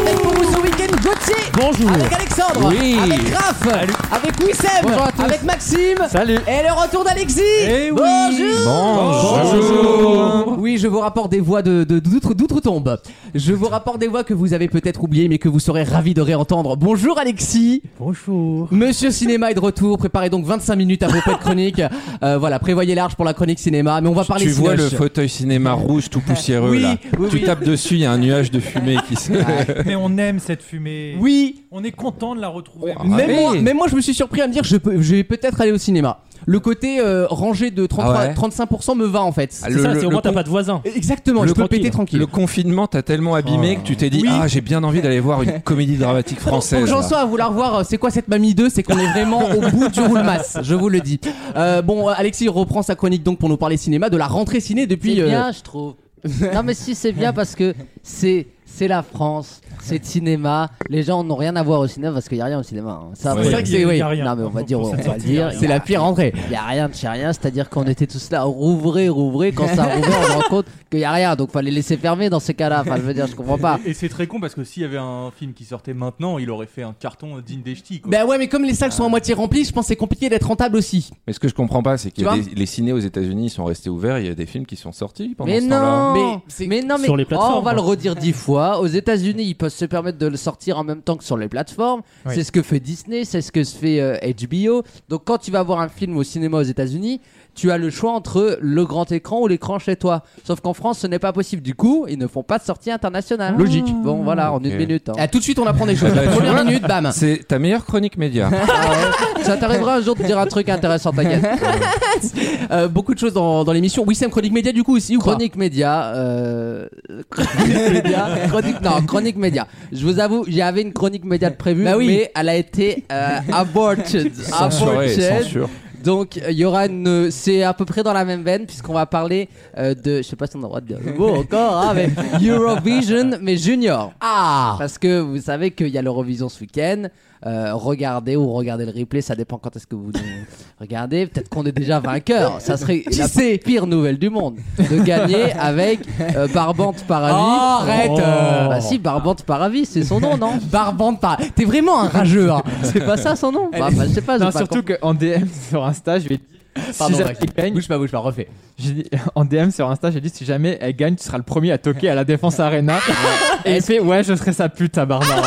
Avec pour vous ce week-end Gauthier Bonjour. Avec Alexandre Oui. Avec Raph Salut. Avec Wissem Bonjour à tous. Avec Maxime Salut. Et le retour d'Alexis Eh oui. Bonjour Bonjour. Oui, je vous rapporte des voix de, de- d'outre, tombe Je vous rapporte des voix que vous avez peut-être oubliées mais que vous serez ravis de réentendre. Bonjour Alexis Bonjour. Monsieur Cinéma est de retour, préparez donc 25 minutes à vos potes chroniques. Euh, voilà, prévoyez large pour la chronique cinéma, mais on va parler Tu vois le cinoche. fauteuil cinéma rouge tout poussiéreux Oui, là. oui, Ah, tu oui. tapes dessus, il y a un nuage de fumée qui se. Mais on aime cette fumée. Oui, On est content de la retrouver. Ah, Même, oui. moi, même moi, je me suis surpris à me dire, je, peux, je vais peut-être aller au cinéma. Le côté euh, rangé de 33, Ah ouais. 35% me va en fait. Ah, C'est ça, c'est au moins t'as con- pas de voisin. Exactement, Le je peux le tranquille. péter tranquille. le confinement t'a tellement abîmé que tu t'es dit Oui. ah j'ai bien envie d'aller voir une comédie dramatique Pour française. que j'en là. sois à vouloir voir euh, c'est quoi cette mamie 2, c'est qu'on est vraiment au bout du roulemas, je vous le dis. Euh, bon, euh, Alexis reprend sa chronique donc pour nous parler cinéma, de la rentrée ciné depuis. C'est euh, bien, je trouve. non, mais si, c'est bien parce que c'est c'est la France, c'est le cinéma. Les gens n'ont rien à voir au cinéma parce qu'il n'y a rien au cinéma. hein. Ça, C'est ouais. vrai que c'est- oui. Non, mais on va dire, on va le dire. C'est la pire rentrée. Il n'y a rien de chez rien, c'est-à-dire qu'on était tous là, rouvrez, rouvrez. Quand ça rouvrait, on se rend compte qu'il n'y a rien. Donc, fallait laisser fermer dans ces cas-là. Enfin, je veux dire, je comprends pas. Et c'est très con parce que s'il y avait un film qui sortait maintenant, il aurait fait un carton digne des ch'tis. quoi. Ben ouais, mais comme les salles sont à moitié remplies, je pense que c'est compliqué d'être rentable aussi. Mais ce que je comprends pas c'est que Tu vois les ciné aux États-Unis ils sont restés ouverts, il y a des films qui sont sortis pendant Mais ce temps-là. non, Mais mais, c'est- non, mais Sur les plateformes. Oh, on va le redire dix fois. Aux États-Unis, ils peuvent se permettre de le sortir en même temps que sur les plateformes. Oui. C'est ce que fait Disney, c'est ce que se fait euh, HBO. Donc, quand tu vas voir un film au cinéma aux États-Unis, tu as le choix entre le grand écran ou l'écran chez toi. Sauf qu'en France, ce n'est pas possible. Du coup, ils ne font pas de sortie internationale. Logique. Bon, voilà, en Ok. une minute. hein. Ah, tout de suite, on apprend des choses. bah, tu Première vois, minute, bam. C'est ta meilleure chronique média. Ah ouais. Ça t'arrivera un jour de dire un truc intéressant, t'inquiète. Euh, beaucoup de choses dans, dans l'émission. Wissem, chronique média du coup aussi ou pas Chronique média, euh, chronique média, chronique, non, chronique média. Je vous avoue, j'avais une chronique média de prévue, Bah oui. mais elle a été euh, aborted. Ah, Censuré, Aborted. censure. Donc il y aura une, c'est à peu près dans la même veine puisqu'on va parler euh, de, je sais pas si on a le droit de dire le mot encore, hein, mais Eurovision, mais junior. Ah Parce que vous savez qu'il y a l'Eurovision ce week-end. Euh, regardez ou regardez le replay, ça dépend quand est-ce que vous nous regardez. Peut-être qu'on est déjà vainqueur. Ça serait la pire nouvelle du monde de gagner avec euh, Barbante Paravis. Oh, arrête, euh. Bah si, Barbante Paravis, c'est son nom, non Barbante, pas. T'es vraiment un rageux, hein. C'est pas ça son nom bah, bah, Je sais pas. j'ai Non, pas surtout qu'en DM sur Insta, je vais Pardon, si jamais Max. elle gagne, Bouge pas, bouge pas, refais. j'ai dit- en DM sur Insta, j'ai dit si jamais elle gagne, tu seras le premier à toquer à la Défense Arena. Et il fait ouais, je serai sa pute à Barbara.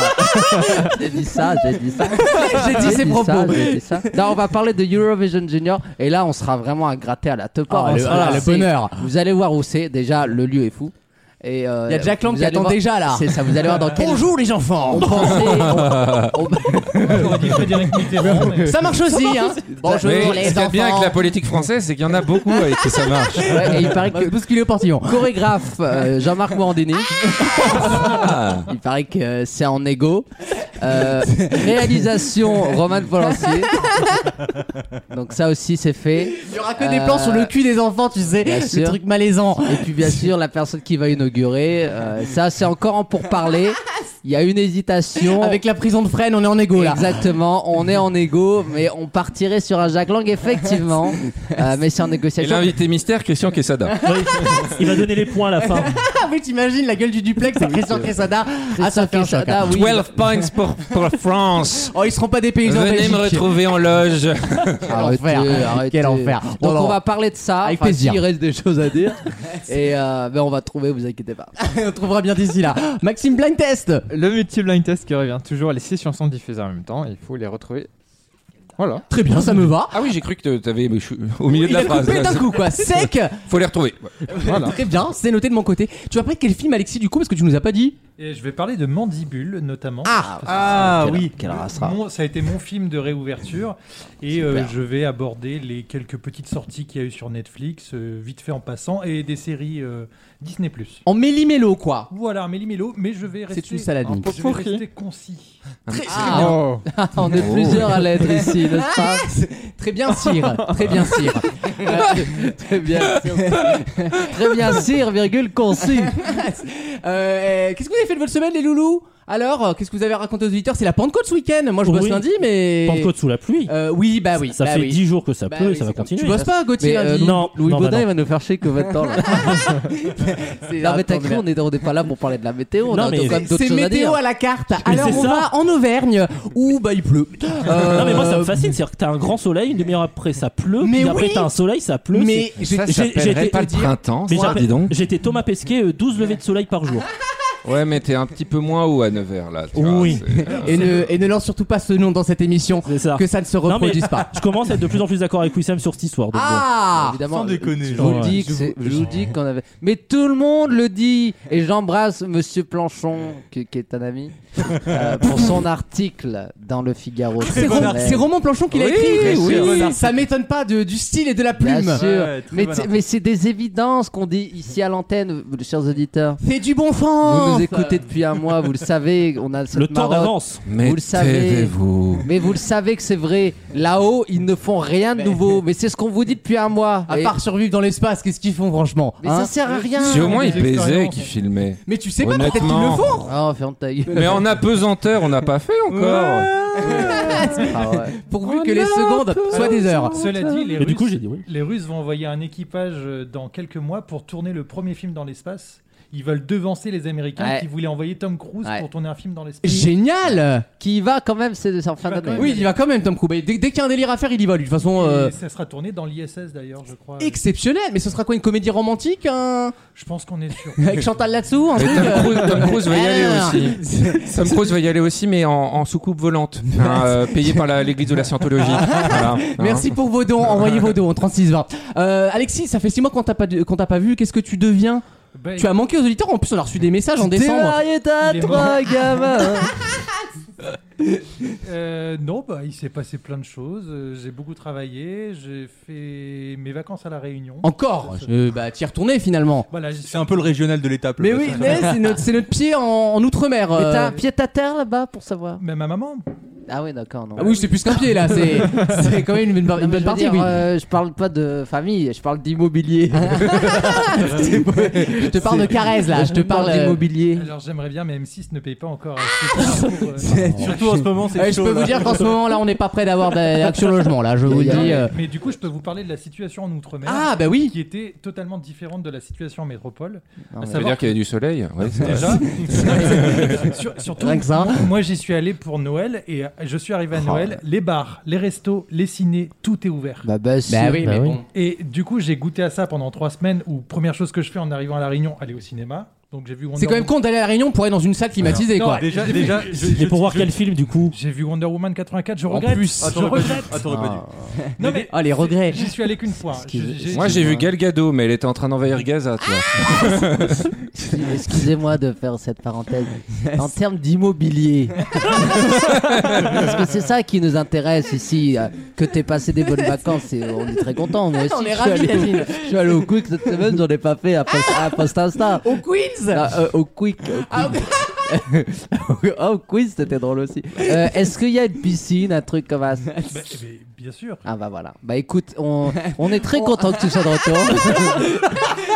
J'ai dit ça, j'ai dit ça. J'ai dit ses propos. ça, j'ai dit ça. Non, on va parler de Eurovision Junior et là, on sera vraiment à gratter à la top. Ah, On le- sera ah, là, le c'est- bonheur. Vous allez voir où c'est. Déjà, le lieu est fou. Et euh, Il y a Jack Lang vous qui allez attend voir- déjà là. C'est ça, vous allez voir dans quel. Bonjour les enfants. On pensait. on- J'aurais dit Frédéric Mitterrand. mais- Ça marche aussi, hein. Bonjour Mais les ce qui est enfants. bien avec la politique française, c'est qu'il y en a beaucoup avec qui ça marche. on- ouais, et il paraît que Parce qu'il est au portillon. chorégraphe euh, Jean-Marc Morandini. il paraît que euh, c'est en égo. Euh, réalisation Roman Polanski. Donc ça aussi c'est fait. Il y aura que des plans sur le cul des enfants, tu sais. Bien Le sûr. truc malaisant. Et puis bien sûr la personne qui va inaugurer. euh, ça c'est encore en pourparlers. Il y a une hésitation. Avec la prison de Fresnes, on est en égo là. Exactement, on est en égo, mais on partirait sur un Jacques Lang effectivement, Euh, mais c'est en Et négociation. l'invité mystère, Christian Quesada. Oui. Il va donner les points à la fin. Ah oui, t'imagines la gueule du duplex, c'est Christian Quesada. Ah, ça fait un choc. hein. Ah, oui. 12 points pour, pour France. Oh, ils seront pas des paysans Venez me retrouver en loge. Quel Arrêtez, enfer. arrêtez. Quel enfer. Donc Non, non. on va parler de ça. Avec Enfin, plaisir. s'il reste des choses à dire. et euh, ben on va trouver, vous inquiétez pas. On trouvera bien d'ici là. Maxime Blind Test. le multi-blind test qui revient toujours, les six chansons diffusées en même temps, il faut les retrouver. Voilà. Très bien, ça me va. Ah oui, j'ai cru que t'avais je suis au milieu de Il la a phrase. coupé d'un coup quoi, sec. Faut les retrouver. voilà. Très bien, c'est noté de mon côté. Tu vas parler de quel film Alexis du coup parce que tu nous as pas dit Et je vais parler de Mandibule notamment. Ah, Ah oui, quelle race rare. Mon- ça a été mon film de réouverture et euh, je vais aborder les quelques petites sorties qu'il y a eu sur Netflix, euh, vite fait en passant, et des séries euh, Disney+. En méli-mélo quoi. Voilà, Méli Mélo, mais je vais rester, une Ah. salade un peu- mixte. je vais rester concis. Oh. on est plusieurs à l'être ici, n'est-ce pas Très bien, Sire. Très bien, Sire. Très bien, sire. Très bien, sire, virgule, concis. eh, Euh, euh, Qu'est-ce que vous avez fait de votre semaine, les loulous Alors, euh, qu'est-ce que vous avez raconté aux auditeurs C'est la Pentecôte ce week-end. Moi, je Oui. bosse lundi, mais. Pentecôte sous la pluie. Euh, Oui, bah oui. Ça bah fait oui. 10 jours que ça Bah pleut oui, et ça va c'est con. continuer. Tu bosses pas, Gauthier Mais, euh, lundi non, Louis non, bah Baudin, non. il va nous faire chier que 20 ans. Là. C'est- non, mais t'as Attends, cru, on est- on n'est pas là pour parler de la météo. on Non, a mais quand même d'autres C'est choses à météo dire. à, la carte. Mais Alors c'est on ça. va en Auvergne où bah il pleut. Euh, Non mais moi ça me fascine, c'est-à-dire que t'as un grand soleil, une demi-heure après ça pleut, Mais puis après oui. t'as un soleil, ça pleut. Mais c'est- j'ai- Ça j'ai- s'appellerait j'étais pas le dire- printemps, mais ça, j'appelle- dis donc. J'étais Thomas Pesquet, euh, 12 levées de soleil par jour. Ouais, mais t'es un petit peu moins haut à Nevers, là. tu Oui. vois, c'est- et, ne, et ne lance surtout pas ce nom dans cette émission C'est ça. Ah, que ça ne se Ah. mais- reproduise pas. Je commence à être de plus en plus d'accord avec Wissam sur cette histoire. donc bon. Ah Évidemment, Sans déconner. Je vous le Ouais. dis, que c'est- je vous le dis qu'on avait. Mais tout le monde le dit et j'embrasse Monsieur Planchon qui, qui est un ami euh, pour son article dans le Figaro. c'est bon Rom- article. c'est Roman Planchon qui l'a Oui, écrit. très sûr. Ça m'étonne pas de- du style et de la Bien plume. sûr. Ouais, très mais bon c'est- mais c'est des évidences qu'on dit ici à l'antenne, chers auditeurs. C'est du bon Vous sens. nous écoutez depuis un mois, vous le savez, on a cette le temps marotte. d'avance. Mais Vous le savez. taisez-vous. Mais vous le savez que c'est vrai. Là-haut, ils ne font rien de nouveau. Mais c'est ce qu'on vous dit depuis un mois. À Et- part survivre dans l'espace, qu'est-ce qu'ils font franchement Mais hein ça sert à rien. Si au moins il des baisait et expériences. qu'il filmait. Mais tu sais pas, peut-être qu'ils le Honnêtement. font. Oh, ferme ta gueule. Mais en apesanteur, on n'a pas fait encore. Ah ouais. Pourvu que les secondes soient des heures. Cela dit, Eh les Mais du coup Russes, j'ai dit oui. les Russes vont envoyer un équipage euh, dans quelques mois pour tourner le premier film dans l'espace. Ils veulent devancer les Américains Ouais. qui voulaient envoyer Tom Cruise Ouais. pour tourner un film dans l'espace. Génial Qui y va quand même, c'est c'est en fin va quand d'année. même. Oui, il y va quand même, Tom Cruise. Dès, dès qu'il y a un délire à faire, il y va, lui. De toute façon, euh, Et ça sera tourné dans l'ISS d'ailleurs, je crois. exceptionnel. Mais ce sera quoi, une comédie romantique hein un- Je pense qu'on est sûr. Avec Chantal là-dessous Et Tom Cruise, Tom Cruise va y aller Alors. aussi. Tom Cruise va y aller aussi, mais en, en soucoupe volante, hein, euh, payé par la- l'église de la Scientologie. Voilà, hein. Merci pour vos dons, envoyez vos dons, 36-20. Euh, Alexis, ça fait 6 mois qu'on t'a pas, de- qu'on t'a pas vu, qu'est-ce que tu deviens Bah, Tu as manqué aux auditeurs, en plus on a reçu des messages en T'es décembre. marié, t'as Il est trois gamins. Euh, non, bah, il s'est passé plein de choses. Euh, J'ai beaucoup travaillé. J'ai fait mes vacances à La Réunion. Encore Je- Bah t'y es retourné finalement. Voilà, j'ai- C'est un peu le régional de l'étape. le Mais oui, passage. mais c'est notre, c'est notre pied en, en outre-mer. Mais euh. t'as un pied à terre là-bas pour savoir. Mais ma maman, Ah oui, d'accord, non. Ah oui, c'est plus qu'un pied là, c'est c'est quand même une, bonne- une Non, mais bonne je veux partie. dire, oui. euh, je parle pas de famille, je parle d'immobilier. Je te parle de Carrez là, je te parle euh, d'immobilier. alors j'aimerais bien, mais M6 ne paye pas encore. Ah assez pour, euh, Surtout en ce moment, c'est Ouais, je chaud, peux vous là. dire qu'en ce moment là, on n'est pas près d'avoir d'action logement là. Je vous Y a- dis. euh, Mais du coup, je peux vous parler de la situation en Outre-mer. Ah bah oui. qui était totalement différente de la situation en métropole. À Non, mais- Ah, Ça veut savoir dire qu'il y avait du soleil. ouais, c'est vrai. déjà, sur- surtout, Rien que ça. moi j'y suis allé pour Noël et euh, je suis arrivé à Oh. Noël. Les bars, les restos, les cinés, tout est ouvert. Bah, bah, si. Bah oui, mais oui. bon. Et du coup, j'ai goûté à ça pendant trois semaines. Où première chose que je fais en arrivant à la Réunion, aller au cinéma. Donc j'ai vu Wonder C'est quand même Woman- con d'aller à la Réunion pour aller dans une salle climatisée Non, quoi. Déjà, déjà, je, Et je- pour voir je- quel film du coup J'ai vu Wonder Woman 84. Je regrette. plus. je Attends, j'aurais pas dû- regrette. attends, j'aurais pas dû. Non mais Ah Oh, les regrets. j'y suis allé qu'une fois. Je- j'ai- Moi j'ai vu Gal Gadot, mais elle était en train d'envahir Gaza. tu vois. Excusez-moi de faire cette parenthèse. En termes d'immobilier, parce que c'est ça qui nous intéresse ici, euh, que t'aies passé des bonnes vacances, et on est très content. Moi aussi, On est je suis ravis, allé- Yacine. Je suis allé au Quick cette semaine, j'en ai pas fait à Post, à Post Insta. Au Queens. Ah, euh, au Quick. Au Quick. Ah, oh, quiz, c'était drôle aussi. Euh, Est-ce qu'il y a une piscine, un truc comme ça Bah, mais bien sûr. Ah bah voilà. Bah écoute, on, on est très content que tu sois de retour.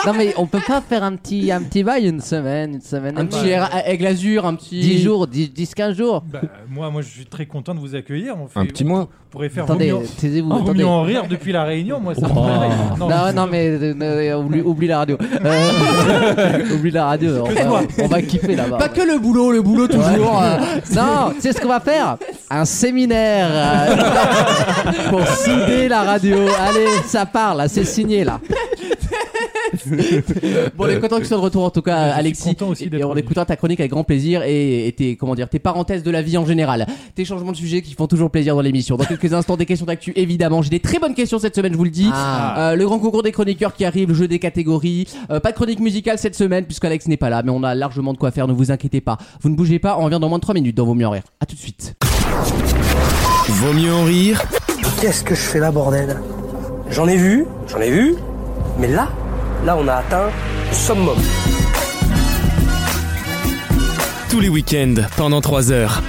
non mais on peut pas faire un petit un petit bail une semaine, une semaine, et Un demie. petit air à- aigle azur, un petit. 10 jours, 10, 10 15 jours. Bah, moi, moi, je suis très content de vous accueillir. On fait, Un petit mois. on pourrait faire Attendez, vaut mieux- taisez-vous, vaut attendez. mieux en rire depuis la Réunion. Moi, ça me Oh. plairait. Non, non, mais euh, euh, oublie, oublie la radio. Euh, oublie la radio, on va, on va kiffer là-bas. Pas que le boulot, le boulot toujours. euh. Non, tu sais ce qu'on va faire Un séminaire euh, pour souder la radio. Allez, ça part là, c'est signé là. Bon, on est content que tu sois de retour en tout cas, Euh, Je suis Alexis. content aussi Et- d'être et on revenu. écoutera ta chronique avec grand plaisir et, et tes comment dire tes parenthèses de la vie en général, tes changements de sujet qui font toujours plaisir dans l'émission. Dans quelques instants, des questions d'actu évidemment. J'ai des très bonnes questions cette semaine, je vous le dis. Ah. Euh, le grand concours des chroniqueurs qui arrive, le jeu des catégories. Euh, pas de chronique musicale cette semaine puisqu'Alex n'est pas là, mais on a largement de quoi faire. Ne vous inquiétez pas. Vous ne bougez pas. On revient dans moins de 3 minutes dans vos mieux en rire. À tout de suite. Vaut mieux en rire Qu'est-ce que je fais là, bordel J'en ai vu, j'en ai vu, mais là, là, on a atteint le summum. tous les week-ends pendant 3 heures.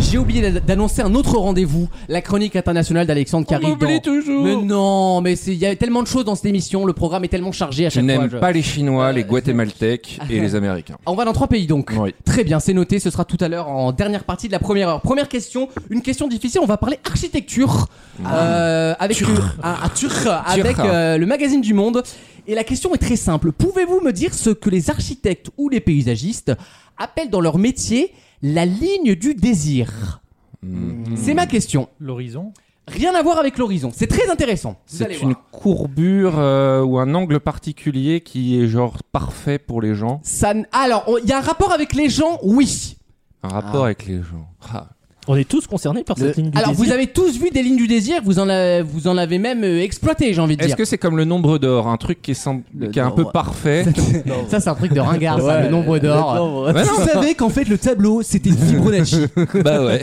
J'ai oublié d'a- d'annoncer un autre rendez-vous, la chronique internationale d'Alexandre Carré. m'oublie toujours. Mais non, mais c'est- il y a tellement de choses dans cette émission, le programme est tellement chargé à Je chaque fois. n'aime je- pas les Chinois, les Guatémaltèques et les Américains. Ah, On va dans trois pays donc. Oui. Très bien, c'est noté. Ce sera tout à l'heure en dernière partie de la première heure. Première question, une question difficile. On va parler architecture Ah. euh, avec le, à- à Turc, avec euh, le magazine du Monde. Et la question est très simple. Pouvez-vous me dire ce que les architectes ou les paysagistes appellent dans leur métier la ligne du désir Hmm. C'est ma question. L'horizon. Rien à voir avec l'horizon. C'est très intéressant. Vous allez C'est une voir. courbure euh, ou un angle particulier qui est genre parfait pour les gens. Ça n- Alors, on- il y a un rapport avec les gens, oui. Un rapport avec les gens. Ah. On est tous concernés par cette ligne du Alors, désir. vous avez tous vu des lignes du désir, vous en, a- vous en avez même euh, exploité, j'ai envie de Est-ce dire. que c'est comme le nombre d'or, un truc qui est, sem- Le qui est un peu nombre. parfait Ça, c'est un truc de ringard, ça, le nombre d'or. Ouais, Vous savez qu'en fait, le tableau, c'était une Fibonacci. Bah ouais.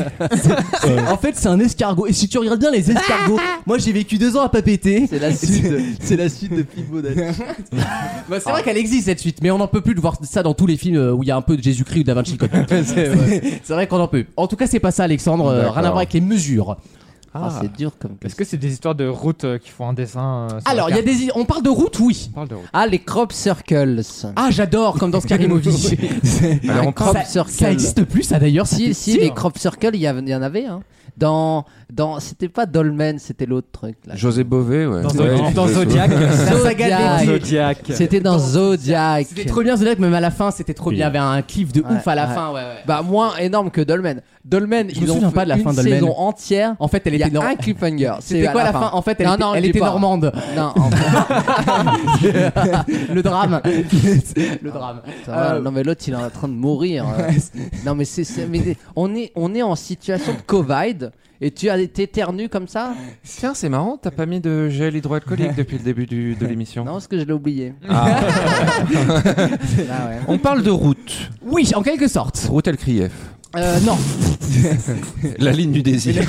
en fait, c'est un escargot. Et si tu regardes bien les escargots, moi, j'ai vécu deux ans à Bah, papéter. C'est la suite, de- c'est la suite de Fibonacci. Bah, c'est vrai qu'elle existe, cette suite, mais on n'en peut plus de voir ça dans tous les films euh, où il y a un peu de Jésus-Christ ou de Da Vinci Code. c'est vrai, qu'on en peut. En tout cas, c'est pas ça, Alexandre. euh, D'accord. rien à voir avec les mesures. Ah, c'est dur comme Est-ce que c'est des histoires de routes euh, qui font un dessin euh, sur Alors, la il y a carte des. On parle de route, oui. On parle de routes. Ah, les crop circles. Ah, j'adore, comme dans Scary Movie. Alors on crop ça, circle. ça existe plus, ça d'ailleurs. ça fait Si, si, sûr. les crop circles, il y, av- il y en avait. Hein. Dans, dans, c'était pas Dolmen, c'était l'autre truc. Là. José Bové, ouais. Dans Ouais, Zodiac. il Dans fait- Zodiac, Ah, La saga de l'été. Zodiac. C'était dans Zodiac. C'était trop bien, Zodiac, même à la fin, c'était trop bien. Il y avait un cliff de Ouais, ouf à la ouais. fin, ouais, ouais. Bah, moins énorme que Dolmen. Dolmen, Je me ils ont souviens fait pas de la une fin Dolmen. saison entière. En fait, elle Il y a était normande. un cliffhanger. C'était C'est quoi à la fin En fait, elle Non, était, non, elle je était dis pas. normande. Non, en fait, Le drame. le drame. ça va, Euh, non, mais l'autre, il est en train de mourir. euh. non, mais c'est, c'est- mais des- on est, on est en situation de Covid. Et tu as été éternu comme ça Tiens, c'est marrant, t'as pas mis de gel hydroalcoolique depuis le début du- de l'émission. Non, parce que je l'ai oublié. Ah. Ah ouais. On parle de route. Oui, en quelque sorte. Route El Krief. Euh, non, La ligne du désir.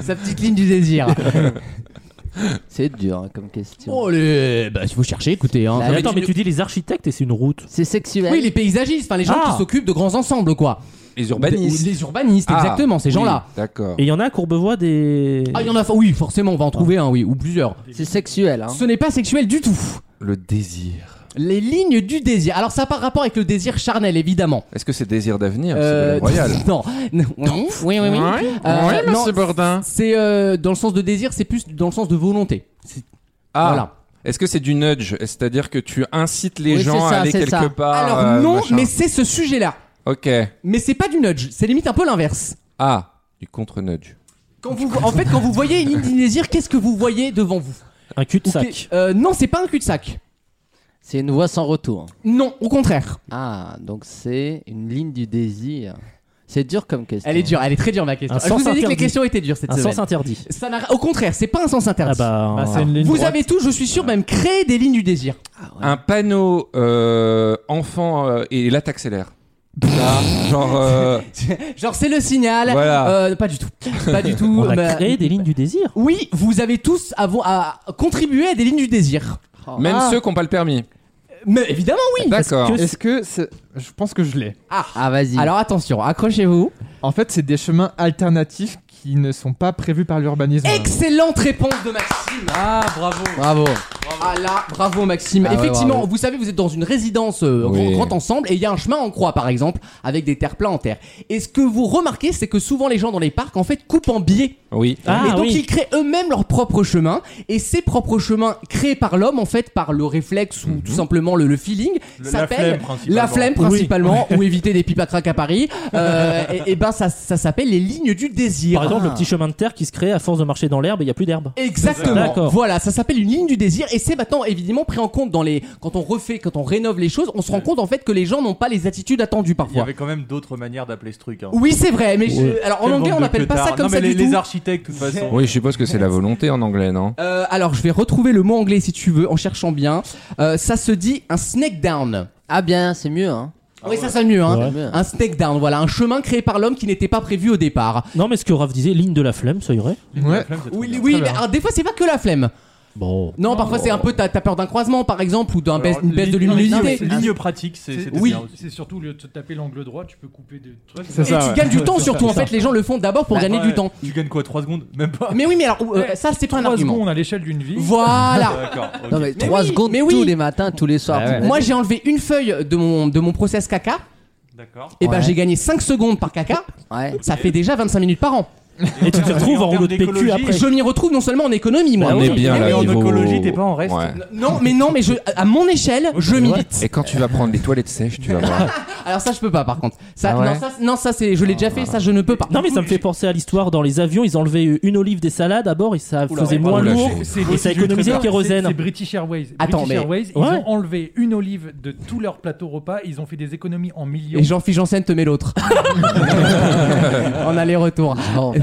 sa petite ligne du désir. C'est dur hein, comme question. oh, les... bah, il faut chercher, écoutez. Hein. La- Mais attends, mais tu dis les architectes et c'est une route. C'est sexuel. Oui, les paysagistes, enfin les gens Ah. qui s'occupent de grands ensembles, quoi. Les Ou urbanistes. Les urbanistes, Ah, exactement, ces oui, gens-là. D'accord. Et il y en a à Courbevoie des. Ah, il y en a, oui, forcément, on va en trouver un, oui, ou plusieurs. C'est sexuel. Hein. Ce n'est pas sexuel du tout. Le désir. Les lignes du désir. Alors, ça n'a pas rapport avec le désir charnel, évidemment. Est-ce que c'est désir d'avenir Euh, Ah, C'est royal. Non. non. Oui, oui, oui. Euh, ouais, non, monsieur Bourdin. C'est euh, dans le sens de désir, c'est plus dans le sens de volonté. C'est- Ah, Voilà. est-ce que c'est du nudge C'est-à-dire que tu incites les Oui, gens c'est ça, à aller c'est quelque ça. part Alors euh, non, machin. mais c'est ce sujet-là. Ok. Mais c'est pas du nudge, c'est limite un peu l'inverse. Ah, du contre-nudge. Quand vous, en fait, quand vous voyez une ligne du désir, qu'est-ce que vous voyez devant vous Un cul-de-sac. Ok, euh, Non, c'est pas un cul-de-sac. C'est une voie sans retour. Non, au contraire. Ah, donc c'est une ligne du désir. C'est dur comme question. Elle est dure, elle est très dure ma question. Un Ah, Je sens vous ai dit que les interdit. questions étaient dures cette Un semaine. sens interdit. Ça n'a- au contraire, c'est pas un sens Ah interdit. bah. Bah, c'est une ligne vous droite. avez tous, je suis sûr, même créé des lignes du désir. Un panneau euh, enfant euh, et là t'accélères. Là, genre euh, Genre c'est le signal. Voilà. Euh, pas du tout. Pas du tout. On a bah, créé des lignes du désir. Oui, vous avez tous à, vo- à contribuer à des lignes du désir. même ceux qui n'ont pas le permis. Mais évidemment oui. D'accord. que- Est-ce que c'est- je pense que je l'ai. Ah, vas-y. Alors attention, accrochez-vous. En fait, c'est des chemins alternatifs qui ne sont pas prévus par l'urbanisme. Ah. Excellente réponse de Maxime. Ah bravo. bravo. Ah là, bravo Maxime. Ah ouais, Effectivement, bravo. vous savez, vous êtes dans une résidence euh, grand- Oui. grand, ensemble et il y a un chemin en croix par exemple avec des terres plats en terre. Et ce que vous remarquez, c'est que souvent les gens dans les parcs en fait coupent en biais. Oui. Ah et donc oui. ils créent eux-mêmes leur propre chemin et ces propres chemins créés par l'homme en fait par le réflexe ou tout simplement le, le feeling Le- la s'appellent flemme, principalement. la flemme Oui. principalement ou éviter des pipes à crack à Paris euh, et, et ben ça, ça s'appelle les lignes du désir Par exemple, le petit chemin de terre qui se crée à force de marcher dans l'herbe, il n'y a plus d'herbe. Exactement. D'accord. Voilà, ça s'appelle une ligne du désir et c'est maintenant évidemment pris en compte dans les quand on refait, quand on rénove les choses, on se rend compte en fait que les gens n'ont pas les attitudes attendues Il y parfois. avait quand même d'autres manières d'appeler ce truc. hein. Oui, c'est vrai, mais je- alors en Quel anglais bande on de n'appelle pas ça queutards. comme non, ça mais les, du les tout. architectes, de toute façon. Oui, je suppose que c'est la volonté en anglais, non Euh, alors je vais retrouver le mot anglais si tu veux en cherchant bien. Euh, ça se dit un snake down. Ah bien, c'est mieux. Hein. oui, ça sonne mieux. Hein. C'est mieux. Un snake down, voilà, un chemin créé par l'homme qui n'était pas prévu au départ. Non, mais ce que Raph disait, ligne de la flemme, ça irait. Ouais. La flemme, c'est trop Oui, bien. oui, Très mais bien. alors, des fois c'est pas que la flemme. Bon. Non, parfois c'est un peu ta, ta peur d'un croisement par exemple ou d'une baisse, une baisse de ligne- non, mais luminosité. c'est Ligne pratique, c'est C'est- c'est oui. bien aussi. C'est surtout le te taper l'angle droit, tu peux couper des trucs. C'est Et ça, tu ouais. gagnes du Ouais, temps c'est surtout. En ça. fait, les gens le font d'abord pour Bah, gagner du ouais. temps. Tu gagnes quoi 3 secondes Même pas Mais oui, mais alors euh, Ouais, ça c'est pas un 3 argument. secondes à l'échelle d'une vie. Voilà. D'accord. ok. Non, mais 3 oui, secondes mais tous oui. les matins, tous les soirs. Ah ouais. tous les- Moi j'ai enlevé une feuille de mon de mon process caca. D'accord. Et ben Ouais. j'ai gagné 5 secondes par caca. Ouais. Ça fait déjà 25 minutes par an. Et tu te retrouves en en rouleau de termes PQ d'écologie, après. Je m'y retrouve non seulement en économie moi. On est bien Mais là. en niveau- écologie, t'es pas en reste. Ouais. Non mais non mais je à mon échelle je milite. Et quand tu vas prendre les toilettes sèches, tu vas voir. Alors ça je peux pas par contre. Ça, Ah ouais non, ça non ça c'est je l'ai déjà fait ça je ne peux pas. Non mais ça me fait penser à l'histoire dans les avions, ils enlevaient une olive des salades à bord et ça Oula, faisait ouais, moins oula, lourd. j'ai- C'est- Et ça c'est- économisait le c'est- kérosène. C'est British Airways. Attends, British mais- Airways, ils Ouais. ont enlevé une olive de tout leur plateau repas. Ils ont fait des économies en millions. Et Jean-Philippe Janssen te met l'autre. en aller-retour. Oh,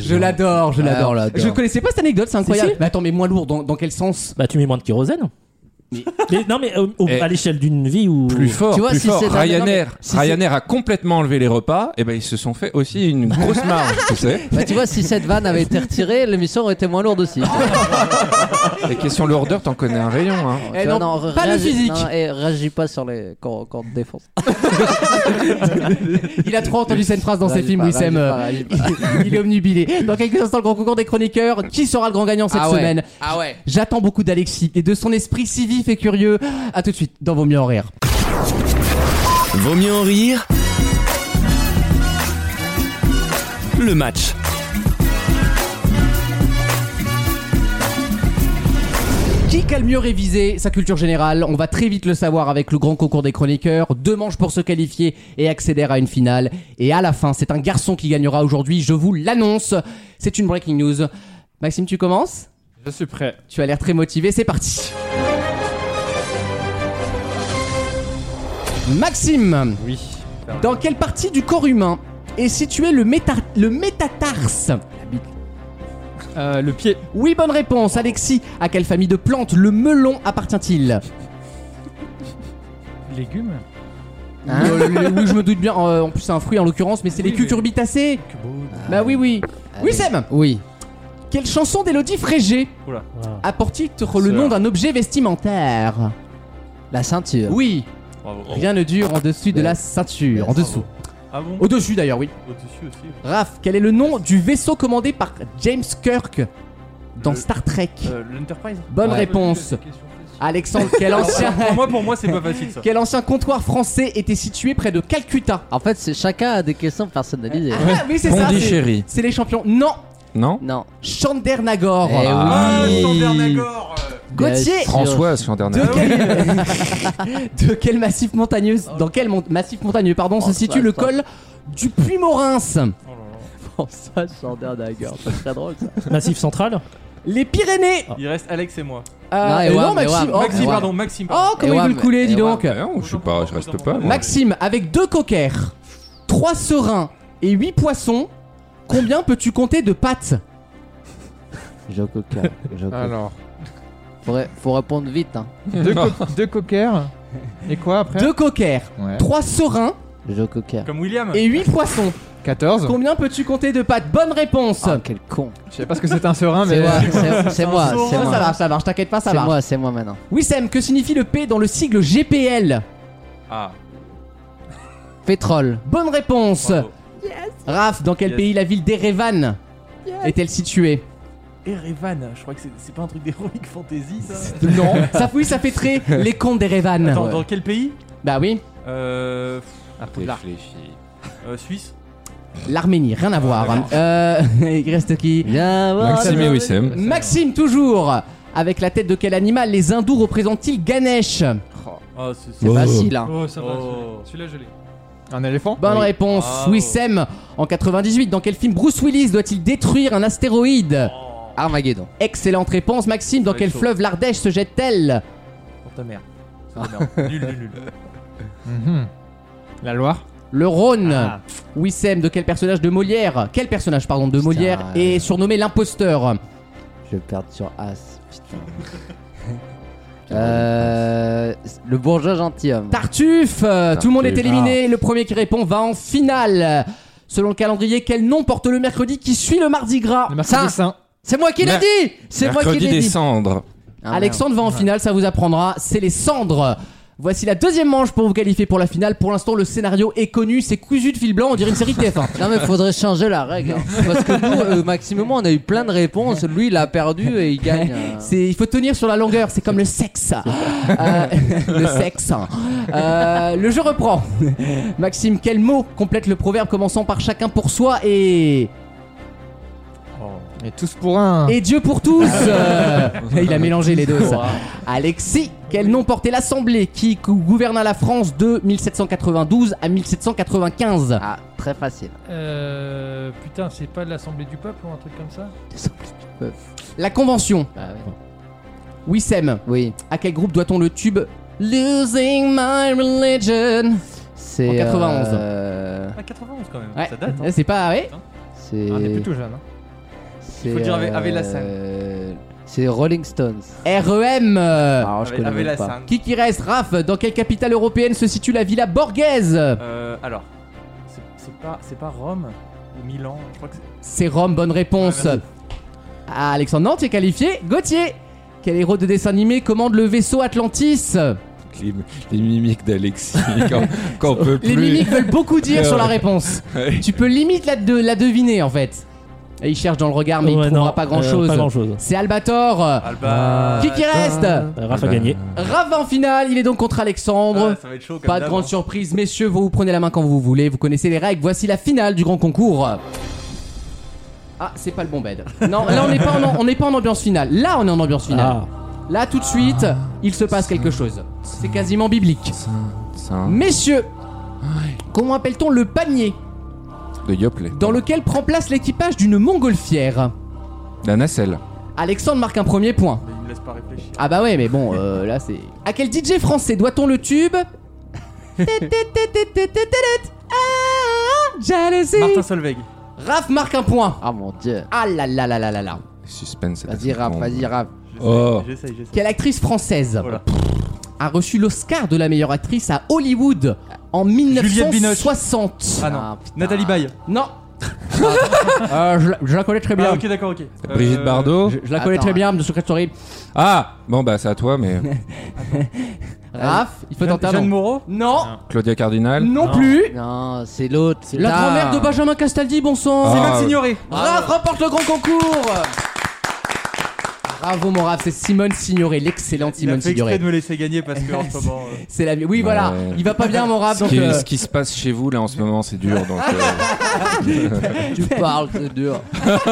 Je l'adore, je Ah, on l'adore. l'adore. je connaissais pas cette anecdote, c'est incroyable. Si, si. Mais attends, mais moins lourd, dans, dans quel sens Bah tu mets moins de kérosène. Mais- non mais euh, au- au- Eh. à l'échelle d'une vie où Plus fort, Tu vois, plus si fort. c'est un- Ryanair, si c'est- Ryanair a complètement enlevé les repas. Et ben ils se sont fait aussi une grosse marge, tu sais. Bah, tu vois, si cette vanne avait été retirée, l'émission aurait été moins lourde aussi. Les questions lourdeur, t'en connais un rayon. Hein. Tu vois, non, pas le réagis- physique. non, et réagis pas sur les. Quand, quand on te défonce. Il a trop entendu cette phrase dans ses Réagis films, pas, Wissem. réagis euh, pas, réagis pas. Il il est omnubilé. Dans quelques instants, le grand concours des chroniqueurs. Qui sera le grand gagnant cette Ah ouais. semaine Ah ouais. J'attends beaucoup d'Alexis et de son esprit si vif et curieux. À tout de suite dans Vos mieux en rire. Vaut mieux en rire. Le match. Qui a le mieux révisé sa culture générale On va très vite le savoir avec le grand concours des chroniqueurs. Deux manches pour se qualifier et accéder à une finale. Et à la fin, c'est un garçon qui gagnera aujourd'hui. Je vous l'annonce. C'est une breaking news. Maxime, tu commences Je suis prêt. Tu as l'air très motivé, c'est parti. Maxime, Oui. dans quelle partie du corps humain est situé le, méta- le métatarse Euh, le pied. Oui, bonne réponse, Alexis. À quelle famille de plantes le melon appartient-il Légumes Euh, le- le- Oui, je me doute bien. euh, en plus, c'est un fruit en l'occurrence, mais c'est Oui, les mais- cucurbitacées. que beau. Bah oui, oui. Euh, Oui, Sam Oui. Quelle chanson d'Élodie Frégé Ah. apporte-t-il le nom d'un objet vestimentaire La ceinture. Oui, Bravo. rien ne dure en dessus de la ceinture, en dessous. Ah bon Au-dessus d'ailleurs, oui. Au-dessus aussi. Raph, quel est le nom du vaisseau commandé par James Kirk dans Le- Star Trek Euh, L'Enterprise Bonne Ouais. réponse. Alexandre, quel ancien, Pour moi, pour moi, c'est pas facile ça. quel ancien comptoir français était situé près de Calcutta En fait, c'est chacun a des questions personnalisées. Ah oui, c'est ça. C'est, Pondichéry, c'est les champions. Non, non Non. Chandernagor. Eh Ah, oui. Standernagor Gauthier, Bien sûr. François, son dernier. de Ah quel, de quel massif montagneux, dans quel mon- massif montagneux pardon, se Oh, situe ça, le ça. Oh col du Oh, puy morins François Chandernagor. C'est très drôle ça. Massif central. Les Pyrénées. Il reste Alex et moi. Euh, Ah. Non, et euh, Wam, non, et Maxime. Wam. Oh, Maxime, ouais. pardon, Maxime. pardon. oh, comment Et il veut le Wam, couler, et dis Wam. donc. Ah non, je suis pas, je reste pas. moi. Maxime, avec deux coquères, trois serins et huit poissons, combien peux-tu compter de pattes Joko Alors. Faut, ré- faut répondre vite. Hein. Deux, co- deux coquers. Et quoi après Deux coquères, Ouais. trois serins Joko Kerr. Comme William et huit poissons. 14. Combien peux-tu compter de pattes Bonne réponse. Ah, quel con. Je sais pas ce que c'est un serin, C'est mais. moi, c'est- c'est moi, c'est ça, ça moi. marche, ça marche, t'inquiète pas, ça C'est marche. moi, c'est moi maintenant. Wissem, que signifie le P dans le sigle GPL Ah, Pétrole. Bonne réponse. bravo. Raph, dans quel Yes. pays la ville d'Erevan est-elle située Erevan, je crois que c'est- c'est pas un truc d'Heroic Fantasy ça Non. ça, oui, ça fait très les contes d'Erevan. Attends, dans quel pays Bah oui, Euh. Réfléchis. euh, Suisse Ah, l'Arménie, rien à voir. Euh, il reste qui Bien, bon, Maxime et Bah, Wissem. Maxime, toujours Avec la tête de quel animal les hindous représentent-ils Ganesh Ah, c'est C'est facile. Hein. Oh, ça va. Oh. Celui-là, je l'ai. Un éléphant Bonne réponse, Bravo. Wissem. En 98, dans quel film Bruce Willis doit-il détruire un astéroïde Armageddon. Excellente réponse, Maxime. Dans Ouais, quel Oh. chaud. fleuve l'Ardèche se jette-t-elle Pour ta mère. C'est de la merde. nul, nul, nul. Mhm. La Loire. Le Rhône. Ah. Wissem, de quel personnage de Molière Quel personnage, pardon, de Molière est euh. surnommé l'imposteur Je vais perdre sur As. Putain. Euh, le bourgeois gentilhomme. Tartuffe euh, Tout le monde est Tartuffe. éliminé. Le premier qui répond va en finale. Selon le calendrier, quel nom porte le mercredi qui suit le mardi gras Le mercredi saint. C'est moi qui l'ai Mer- dit C'est moi qui Mercredi l'ai des dit cendres. Ah, Alexandre va en finale, ça vous apprendra. C'est les cendres. Voici la deuxième manche pour vous qualifier pour la finale. Pour l'instant, le scénario est connu, c'est cousu de fil blanc, on dirait une série de TF1. Non mais faudrait changer la règle hein. parce que nous euh, maximum on a eu plein de réponses lui il a perdu et il gagne. euh. C'est, il faut tenir sur la longueur, c'est comme le sexe. Euh, le sexe. Euh, le jeu reprend. Maxime, quel mot complète le proverbe commençant par chacun pour soi et. Et tous pour un. Et Dieu pour tous Euh, Il a mélangé les deux. ça. Alexis, quel nom portait l'Assemblée qui cou- gouverna la France de 1792 à 1795 Ah très facile. Euh, putain, c'est pas l'Assemblée du peuple ou un truc comme ça La Convention. Wissem, Bah Oui à quel groupe doit-on le tube Losing My Religion c'est. En 91. euh, Ah, 91 quand même. Ouais. Ça date. hein. Eh, C'est pas. ouais. c'est. Ah, on est plutôt jeune. hein. c'est, faut dire avec- euh, avec la scène. euh, C'est Rolling Stones. Eh, REM euh, Alors je Avec- connais avec même la pas. scène. Qui qui reste Raph, dans quelle capitale européenne se situe la Villa Borghese Euh, alors, c'est- c'est pas, c'est pas Rome ou Milan. Je crois que c'est- C'est Rome, bonne réponse. Ouais, Ah, Alexandre Nantes est qualifié. Gauthier, quel héros de dessin animé commande le vaisseau Atlantis Les, les mimiques d'Alexis. quand, quand on peut plus. Les mimiques veulent beaucoup dire Ouais, sur la ouais. réponse. Ouais. tu peux limite la, de- la deviner en fait. Et il cherche dans le regard, mais il Ouais, trouvera non, pas grand euh, chose. Pas grand chose. C'est Albator. Alba. Ah. Ah, qui qui reste Euh, Raph a Eh ben, bah, gagné. Raph va en finale, il est donc contre Alexandre. Ah, ça va être chaud comme Pas de d'hab, grande hein. surprise, messieurs, vous, vous prenez la main quand vous voulez, vous connaissez les règles, voici la finale du grand concours. Ah, c'est pas le bon bed. Non, là on n'est pas, en- on n'est pas en ambiance finale. Là on est en ambiance finale. Ah. Là tout de suite, il se passe quelque chose. C'est quasiment biblique. Ça, Messieurs, comment appelle-t-on le panier de Yoplait. dans lequel prend place l'équipage d'une montgolfière La nacelle. Alexandre marque un premier point. Mais il me laisse pas réfléchir. Ah bah ouais, mais bon, euh, là c'est. À quel DJ français doit-on le tube Ah, Jealousy Martin Solveig. Raph marque un point. Ah mon dieu. Ah là là là là là là. Suspense. Vas-y rap, vas-y rap. J'essaye, Oh. J'essaye, j'essaye. Quelle actrice française Voilà. a reçu l'Oscar de la meilleure actrice à Hollywood en Juliette Binoche. 1960 Ah non. Ah, putain. Nathalie Baye. Non. Euh, je, la- je la connais très bien. Ah, ok, d'accord, ok. Euh, Brigitte Bardot. Je, je la connais Attends. très bien de Secret Story. Ah Bon, bah, c'est à toi, mais. Raph, il faut Jeanne, tenter un Jeanne nom. Moreau. Non, Claudia Cardinal. non, plus. Non c'est l'autre. c'est La l'autre. grand-mère de Benjamin Castaldi, bon sang. Ah. Sylvain Signoret. Raph remporte le grand concours. Bravo mon Raph, c'est Simone Signoret, l'excellente Il a Simone fait exprès Signoret. de me laisser gagner parce que en ce moment. euh, C'est la vie. Oui, voilà. Ouais. Il va pas bien mon Raph, Ce donc. qui, euh, ce qui se passe chez vous, là, en ce moment, c'est dur. Donc, euh, Tu parles c'est dur. va-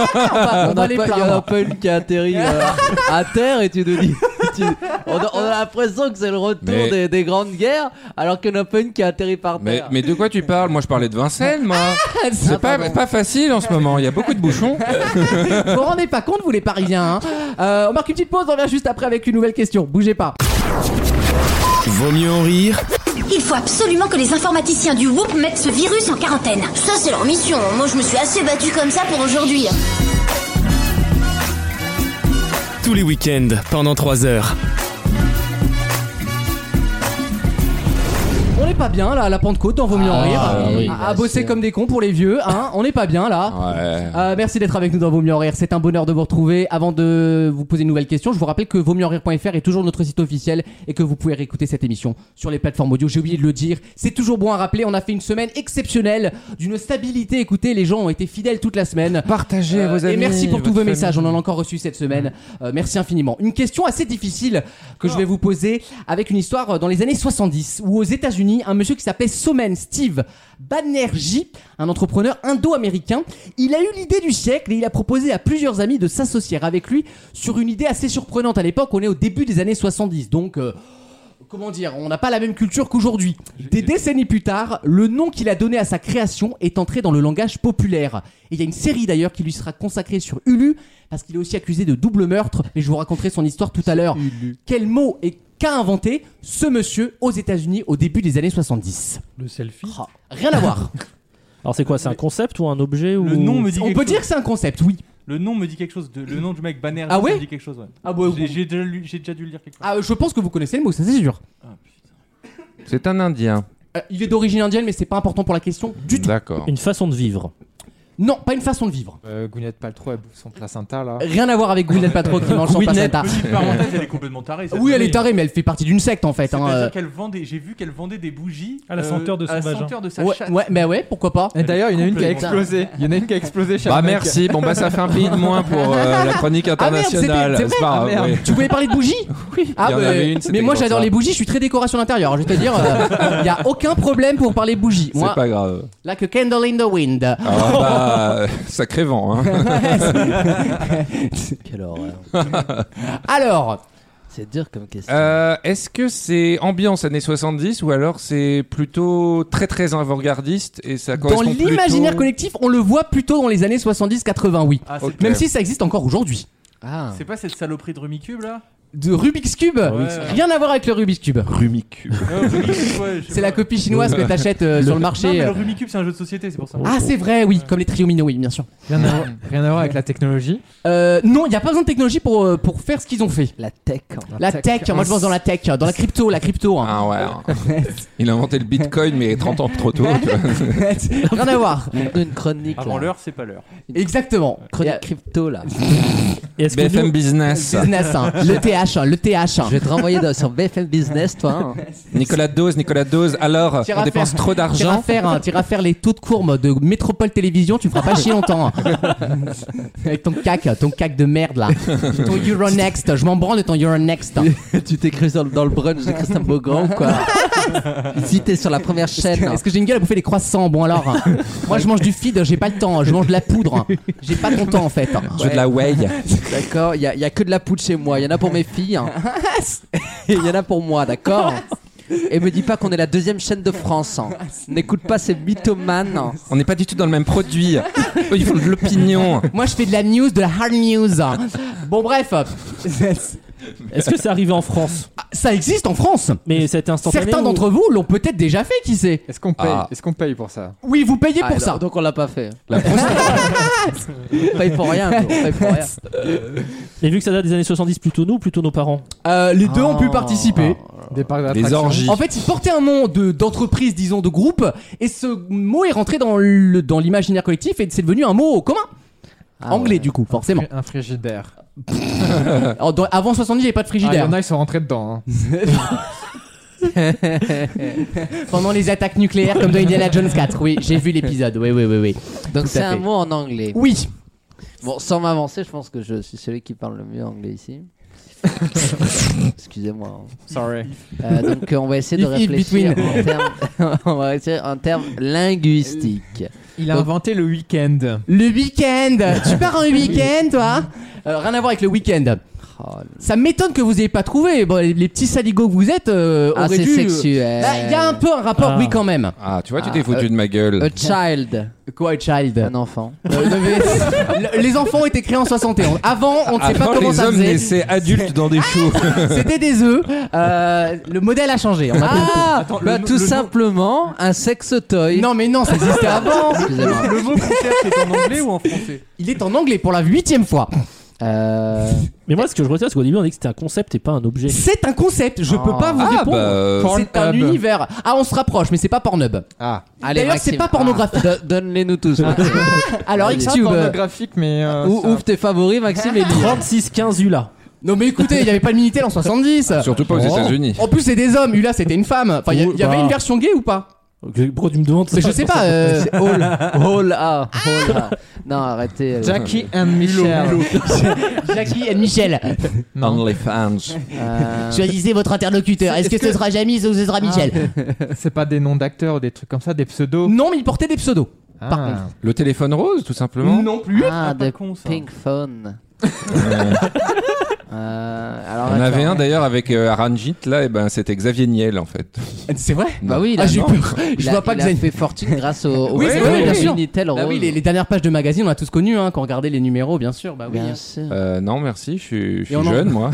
on On va a les pas, y en a plaindre. pas une qui a atterri euh, à terre et tu nous dis. tu- on a, on a l'impression que c'est le retour Mais- des, des grandes guerres alors qu'il y en a pas une qui a atterri par mais, terre. mais de quoi tu parles Moi, je parlais de Vincennes, moi. Ah, C'est pas, pas facile en ce moment. Il y a beaucoup de bouchons. Vous vous rendez pas compte, vous les parisiens. hein. Euh, on marque une petite pause, on revient juste après avec une nouvelle question. Bougez pas. Vaut mieux en rire Il faut absolument que les informaticiens du WOOP mettent ce virus en quarantaine. Ça, c'est leur mission. Moi, je me suis assez battue comme ça pour aujourd'hui. tous les week-ends pendant 3 heures. On n'est pas bien là à la Pentecôte, dans Vaut mieux en Ah, rire. oui, Ah. à, à bien bosser sûr. comme des cons pour les vieux, hein. On n'est pas bien là. Ouais. Euh, merci d'être avec nous dans Vaut mieux en rire. C'est un bonheur de vous retrouver. Avant de vous poser une nouvelle question, je vous rappelle que vaut mieux en rire.fr est toujours notre site officiel et que vous pouvez réécouter cette émission sur les plateformes audio. J'ai oublié de le dire. C'est toujours bon à rappeler. On a fait une semaine exceptionnelle d'une stabilité. Écoutez, les gens ont été fidèles toute la semaine. Partagez Euh, Et merci pour tous vos messages. On en a encore reçu cette semaine. Euh, merci infiniment. Une question assez difficile que je vais vous poser avec une histoire euh, dans les années 70 où aux États-Unis, un monsieur qui s'appelait Somen Steve Banerjee, un entrepreneur indo-américain, il a eu l'idée du siècle et il a proposé à plusieurs amis de s'associer avec lui sur une idée assez surprenante. À l'époque, on est au début des années 70. Donc, euh, comment dire, on n'a pas la même culture qu'aujourd'hui. Des décennies plus tard, le nom qu'il a donné à sa création est entré dans le langage populaire. Et il y a une série d'ailleurs qui lui sera consacrée sur Ulu, parce qu'il est aussi accusé de double meurtre, mais je vous raconterai son histoire tout à l'heure. Quel mot et qu'a inventé ce monsieur aux États-Unis au début des années 70 Le selfie. Ah. Rien à voir. Alors c'est quoi C'est un concept ou un objet ou... Le nom me dit On quelque peut chose. dire que c'est un concept, oui. Le nom me dit quelque chose. de- le nom du mec Banner. Ah ouais me dit quelque chose. Ouais. Ah ouais, J'ai- J'ai déjà, lu- j'ai déjà dû le lire quelque part. Ah, je pense que vous connaissez le mot, ça c'est sûr. Ah, putain. C'est un Indien. Euh, il est d'origine indienne, mais c'est pas important pour la question du tout. D'accord. Une façon de vivre. Non, pas une façon de vivre. Euh, Gwyneth Paltrow, elle bouffe son placenta là. Rien à voir avec Gwyneth Paltrow qui mange son Gwyneth, placenta. petite parenthèse, elle est complètement tarée, cette Oui, elle famille. est tarée, mais elle fait partie d'une secte en fait. hein, C'est-à-dire euh. qu'elle vendait, j'ai vu qu'elle vendait des bougies Ah, À la euh, senteur de à la son vagin. senteur de sa Ouais, chatte. ouais, mais ouais, pourquoi pas. Et d'ailleurs, il y en a une qui a complètement- explosé. Il y en a une qui a explosé chez Bah le mec. merci, bon bah ça fait un pays de moins pour euh, la chronique Ah merde, c'était- internationale. c'est vrai pas grave, Ah, merde. oui. Tu voulais parler de bougies Oui. Ah, Il y en bah, avait une, mais c'était moi comme j'adore ça. les bougies, je suis très décoration l'intérieur. hein, Je vais te dire, il n'y a aucun problème pour parler bougies. Moi, C'est pas grave. là que Candle in the Wind. Ah, bah, sacré vent. Hein. Quelle horreur. Alors, C'est dur comme question. Euh, Est-ce que c'est ambiance années 70 ou alors c'est plutôt très très avant-gardiste et ça dans correspond plutôt- l'imaginaire collectif, on le voit plutôt dans les années 70-80, oui. Ah, c'est Ok. Même si ça existe encore aujourd'hui. Ah. c'est pas cette saloperie de Rumicube là De Rubik's Cube Rien à voir avec le Rubik's Cube. Rumicu. Euh, Rumicube, ouais, je sais C'est la pas. copie chinoise que t'achètes euh, Non, sur le mais marché. le Rumicube, c'est un jeu de société, c'est pour ça. Ah, c'est vrai, oui, comme les triomino, oui, bien sûr. Rien à, voir- rien à voir avec la technologie. Euh, non, il n'y a pas besoin de technologie pour, euh, pour faire ce qu'ils ont fait. La tech. La tech, moi je pense dans la tech, dans la crypto, la crypto. hein. Ah ouais. hein. Il a inventé le bitcoin mais 30 ans trop tôt. tu vois. Rien à voir. Nous, une chronique. Avant là. l'heure, c'est pas l'heure. Exactement. Chronique Et, euh, crypto là. Et est-ce que nous- BFM Business. Business, hein. le TH, hein, le TH. Je vais te renvoyer dans- sur BFM Business, toi. hein. Nicolas Dose, Nicolas Dose. Alors, Tire à on dépense faire. trop T'iras d'argent. faire, hein, t'iras faire les taux de courbe de Métropole Télévision, tu me feras pas chier longtemps. hein. Avec ton cac, ton cac de merde là. Ton Euronext, je m'en branle de ton Euronext. hein. tu t'es cru dans, le- dans le brunch de Christian Beaugrand ou quoi Si t'es sur la première chaîne. hein. Est-ce que j'ai une gueule à bouffer des croissants Bon alors, hein. moi je mange du feed, j'ai pas le temps, je mange de la poudre. hein. J'ai pas ton temps en fait. hein. Je veux de la whey. D'accord, il y, a- il y a que de la poudre chez moi. Il y en a pour mes filles. hein. Et Il y en a pour moi, d'accord Et me dis pas qu'on est la deuxième chaîne de France. hein. N'écoute pas ces mythomanes. hein. On n'est pas du tout dans le même produit. Eux, ils font de l'opinion. Moi je fais de la news, de la hard news. Bon bref, est-ce que c'est arrivé en France ça existe en France. Mais ça a été instantané. Certains ou- d'entre vous l'ont peut-être déjà fait, qui sait Est-ce qu'on paye Ah. Est-ce qu'on paye pour ça Oui, vous payez pour Ah, ça. Donc on l'a pas fait. La On paye pour rien. nous, On paye pour rien. Et vu que ça date des années 70, plutôt nous, ou plutôt nos parents. Euh, les deux ont Ah. pu participer. Des parcs Des d'attractions. orgies. En fait, ils portaient un nom de d'entreprise, disons, de groupe, et ce mot est rentré dans le dans l'imaginaire collectif et c'est devenu un mot commun. Ah, Anglais ouais. du coup, forcément. Un frigidaire. Alors, dans- avant 70, il n'y avait pas de Ah, il y frigidaire. en a, ils sont rentrés dedans. hein. Pendant les attaques nucléaires comme dans Indiana Jones 4. Oui, j'ai vu l'épisode. Oui, oui, oui, oui. Donc Tout à c'est un fait. mot en anglais. Oui. Bon, sans m'avancer, je pense que je suis celui qui parle le mieux anglais ici. Excusez-moi. hein. Sorry. Euh, donc euh, on va essayer de If, if, réfléchir en termes, on va essayer en termes linguistiques. Il a inventé le week-end. Le week-end. tu pars en week-end, toi Euh, Rien à voir avec le week-end. Oh, le- Ça m'étonne que vous n'ayez pas trouvé. Bon, les, les petits saligots que vous êtes euh, ah, auraient c'est dû. sexuel. Il y a un peu un rapport, Ah. oui, quand même. Ah, tu vois, tu Ah, t'es foutu de ma gueule. euh, A child, Ah, Quoi, child un enfant. Bah, Euh, non, mais- le- les enfants étaient créés en 71. Avant, on ne sait Avant, pas comment les ça hommes faisait. Ah, naissaient adultes dans des choux. C'était des œufs. Euh, le modèle a changé. On a- Ah, bah, tout simplement un sex toy. Non, mais non, ça existait avant. Excusez-moi. Le mot qu'on cherche est en anglais ou en français Il est en anglais pour la huitième fois. Euh, Mais moi, ce que je retiens, c'est qu'au début, on dit que c'était un concept et pas un objet. C'est un concept. Je peux pas vous Ah, répondre. bah, c'est un Pornhub. univers. Ah, on se rapproche, mais c'est pas Pornhub. Ah. allez, D'ailleurs, c'est Maxime. pas pornographique. Ah, don- Donne-les-nous tous. Alors, C'est pas Xtube. euh, pornographique, mais. euh, Ou- ça- Ouvre tes favoris, Maxime et lis. 36-15 ULA. Non, mais écoutez, il y avait pas de Minitel en 70. Ah, Surtout pas aux Oh. États-Unis. En plus, c'est des hommes. Ula, c'était une femme. Enfin, il y a- Oui, il y, avait bah. une version gay ou pas Ok, Pourquoi tu me demandes ça Mais Je sais pas. euh, All, all, ah, all, ah. Non, arrêtez. euh, Jackie and Michelle. Jackie et Michel. Non, fans. euh, Choisissez votre interlocuteur. Est-ce que Ah. ce sera Jamis ou ce sera Michel c'est pas des noms d'acteurs ou des trucs comme ça, des pseudos. Non, mais il portait des pseudos. Ah. par contre. Le téléphone rose, tout simplement. Non plus. Ah, pas de con, ça. Pink Phone. Euh, alors, Ah, On attends. avait un d'ailleurs avec euh, Aranjit, là, et ben c'était Xavier Niel en fait. C'est vrai Bah oui, il Ah, a- j'ai peur. il Je a- vois pas il que a Xavier- fait fortune grâce au, au Oui, au- c'est au- vrai, au- bien au- sûr. Minitel Bah oui, rose. les, les dernières pages de magazine, on a tous connu, hein, quand on regardait les numéros, bien sûr. Bah oui. Bien hein. sûr. Euh, non, merci, je suis, je suis Et on en- jeune moi.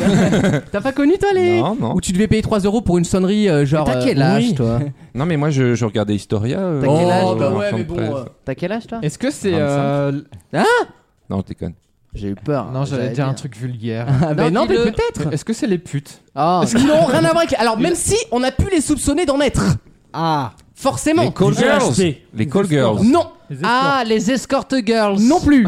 T'as pas connu, toi, les. non, non. Où tu devais payer 3 euros pour une sonnerie, euh, genre. T'as euh, quel âge, oui. toi Non, mais moi je, je regardais Historia. euh, T'as quel âge, en Oh, bah ouais, fin de mais bon. presse. euh, T'as quel âge, toi Est-ce que c'est. 25. euh, Non, je déconne. J'ai eu peur. Non, j'allais dire un truc vulgaire. Ah, bah Non, non, mais dis-le. peut-être. Est-ce que c'est les putes Ah, Non, rien à voir avec. Alors, même si on a pu les soupçonner d'en être. Ah Forcément. Les call girls. PHP. Les call girls. Non, Ah, les escortes girls. Non plus.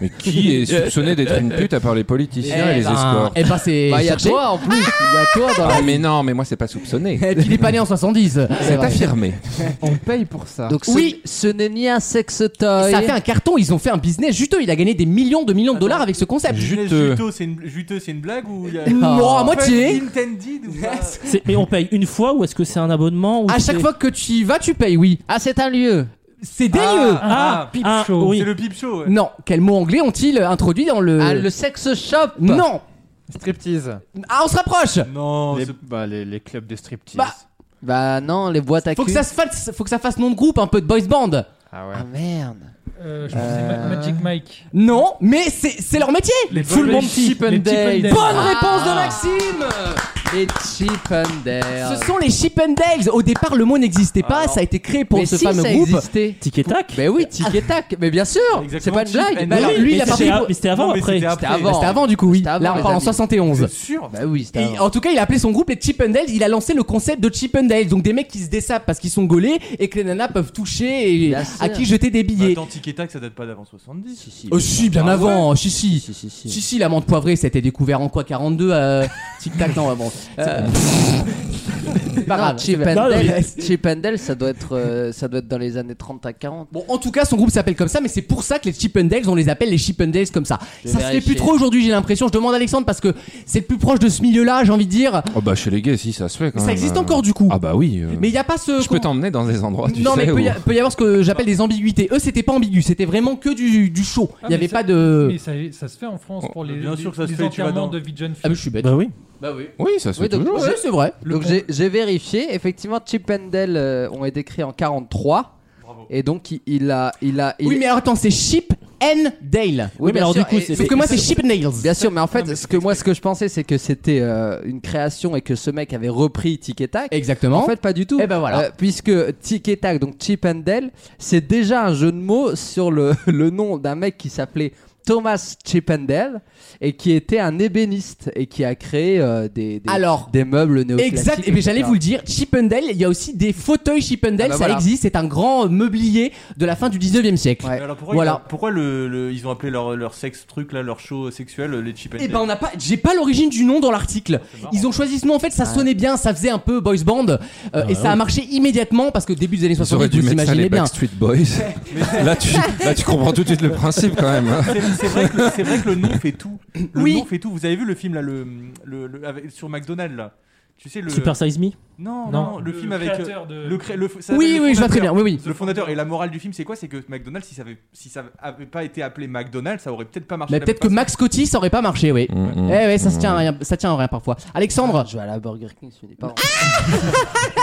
Mais qui est soupçonné d'être une pute à part les politiciens et les escorts Et bah c'est. Bah, il y a cherché. toi en plus. Il y a toi dans la- Ah mais non, mais moi c'est pas soupçonné. Et puis il est Eh, pas né en 70. C'est affirmé. On paye pour ça. Donc, Oui. oui, ce n'est ni un sex toy. Ça a fait un carton, ils ont fait un business juteux. Il a gagné des millions de millions de dollars avec ce concept. Juteux. Juteux, c'est une, juteux, c'est une blague ou il y a... Non, à moitié. Nintendid ou Ah, pas C'est- Mais on paye une fois ou est-ce que c'est un abonnement ou À c'est- chaque fois que tu y vas, tu payes, oui. Ah, c'est un lieu. C'est des lieux. Ah, Peep ah, Show. oui. C'est le peep show. ouais. Non, quel mot anglais ont-ils introduit dans le. Ah, le sex shop. Euh. Non Striptease. Ah, on se rapproche Non, les, c'est- bah, les, les clubs de striptease. Bah- Bah non, les boîtes à faut que, cul. ça se fasse, faut que ça fasse nom de groupe, un peu de boys band. Ah ouais. Ah merde. Euh, je pensais Ma- Magic Mike. Non, mais c'est c'est leur métier Les Tout le monde cheap and les Chip and Dale. Dale. Bonne Ah. réponse de Maxime Les cheap and Dale. Ce sont les Chip and Dales. Au départ, le mot n'existait Ah pas, ça a été créé pour Mais ce si, fameux ça groupe. existait. Tic et tac. Mais Ben oui, tic et tac. Mais bien sûr, c'est Exactement, pas une cheap blague. and Bah Bah alors, oui. lui, il a Mais parti c'était pour- a- mais c'était avant Non, ou mais après c'était C'était après. avant. C'était avant, du coup, oui. C'était avant, Là, on les parle en amis. 71. C'est sûr. Bah oui, c'était Et avant. en tout cas, il a appelé son groupe les Chip and Dales. Il a lancé le concept de Chip and Dales, donc des mecs qui se dessapent parce qu'ils sont gaulés et que les nanas peuvent toucher et Bien à sûr. qui jeter des billets. Attends, Tic et Tac, ça date pas d'avant 70. Si, si. Oh, si, bien Ah avant, si, si. Si, si, si. Si, si, la menthe poivrée, ça a été découvert en quoi 42 euh, Tic Tac, non, bon. Euh, pas Non, grave, Chip c'est pas- and Non, Dale, mais- Chip and Dale, ça doit être, euh, ça doit être dans les années 30 à 40. Bon, en tout cas, son groupe s'appelle comme ça, mais c'est pour ça que les Chip and Dales, on les appelle les Chip and Dales comme ça. Je Ça vais se fait plus vérifier. trop aujourd'hui, j'ai l'impression. Je demande à Alexandre parce que c'est le plus proche de ce milieu-là, j'ai envie de dire. Oh bah chez les gays si ça se fait quand Ça même. existe euh. encore du coup. Ah bah oui. euh. Mais il n'y a pas ce. Je peux t'emmener dans des endroits Oh, tu non, sais mais il où- peut, y a- peut y avoir ce que j'appelle des ambiguïtés. Eux, c'était pas ambigu, c'était vraiment que du, du show. Il Ah, n'y mais avait ça- pas de. Mais ça, ça se fait en France pour les, Euh, Bien sûr que ça les, se les fait, tu vas enterrements dans- de vie de jeune fille. Ah, mais je suis bête. Bah oui. Oui, ça se Oui, fait donc- toujours. Ouais, c'est vrai. Donc j'ai j'ai vérifié, effectivement, Chip and Dale euh, ont été créés en 43. Bravo. Et donc il, il a, il a, il Oui, mais alors attends, c'est Chip and Dale. Oui, mais bien alors, sûr, du coup, et- c'est- Sauf que moi, c'est Chip and Nails. Bien sûr, mais en fait, ce que moi, ce que je pensais, c'est que c'était euh, une création et que ce mec avait repris Tic et Tac. Exactement. En fait, pas du tout. Eh ben voilà. Euh, puisque Tic et Tac, donc Chip and Dale, c'est déjà un jeu de mots sur le, le nom d'un mec qui s'appelait Thomas Chip and Dale et qui était un ébéniste et qui a créé euh, des, des, Alors, des meubles néoclassiques. Exact, et etc. bien j'allais vous le dire, Chippendale, il y a aussi des fauteuils Chippendale, Ah bah ça voilà. existe, c'est un grand meublier de la fin du 19e siècle. Ouais. Mais alors pourquoi, Voilà. ils, pourquoi le, le- ils ont appelé leur, leur sexe truc là, leur show sexuel, les chip and Et Dale ben on n'a pas, j'ai pas l'origine du nom dans l'article. Ils ont choisi ce nom en fait, ça sonnait bien, ça faisait un peu boys band, euh, et ça a marché immédiatement parce que début des années J'aurais 70, dû vous mettre ça les imaginez bien. Backstreet Boys. là, tu, là, tu comprends tout de suite le principe quand même. hein. C'est c'est vrai, que- c'est vrai que le nom fait tout. Le Oui. nom fait tout. Vous avez vu le film là, le, le, le- avec- sur McDonald's là Tu sais le. Super Size Me. Non, non, Non. non, le, Le film avec. euh, créateur de- Le cré- le f- ça Oui, s'appelle le oui, je vois très fondateur. bien, oui, oui. Le fondateur et la morale du film, c'est quoi C'est que McDonald's, si ça avait, si ça avait pas été appelé McDonald's, ça aurait peut-être pas marché. Mais de la peut-être que même façon. Max Coty ça aurait pas marché, oui. Mm, mm. Eh ouais, ça se tient à rien, ça tient à rien parfois. Alexandre, Je vais à la Burger King, je finis pas.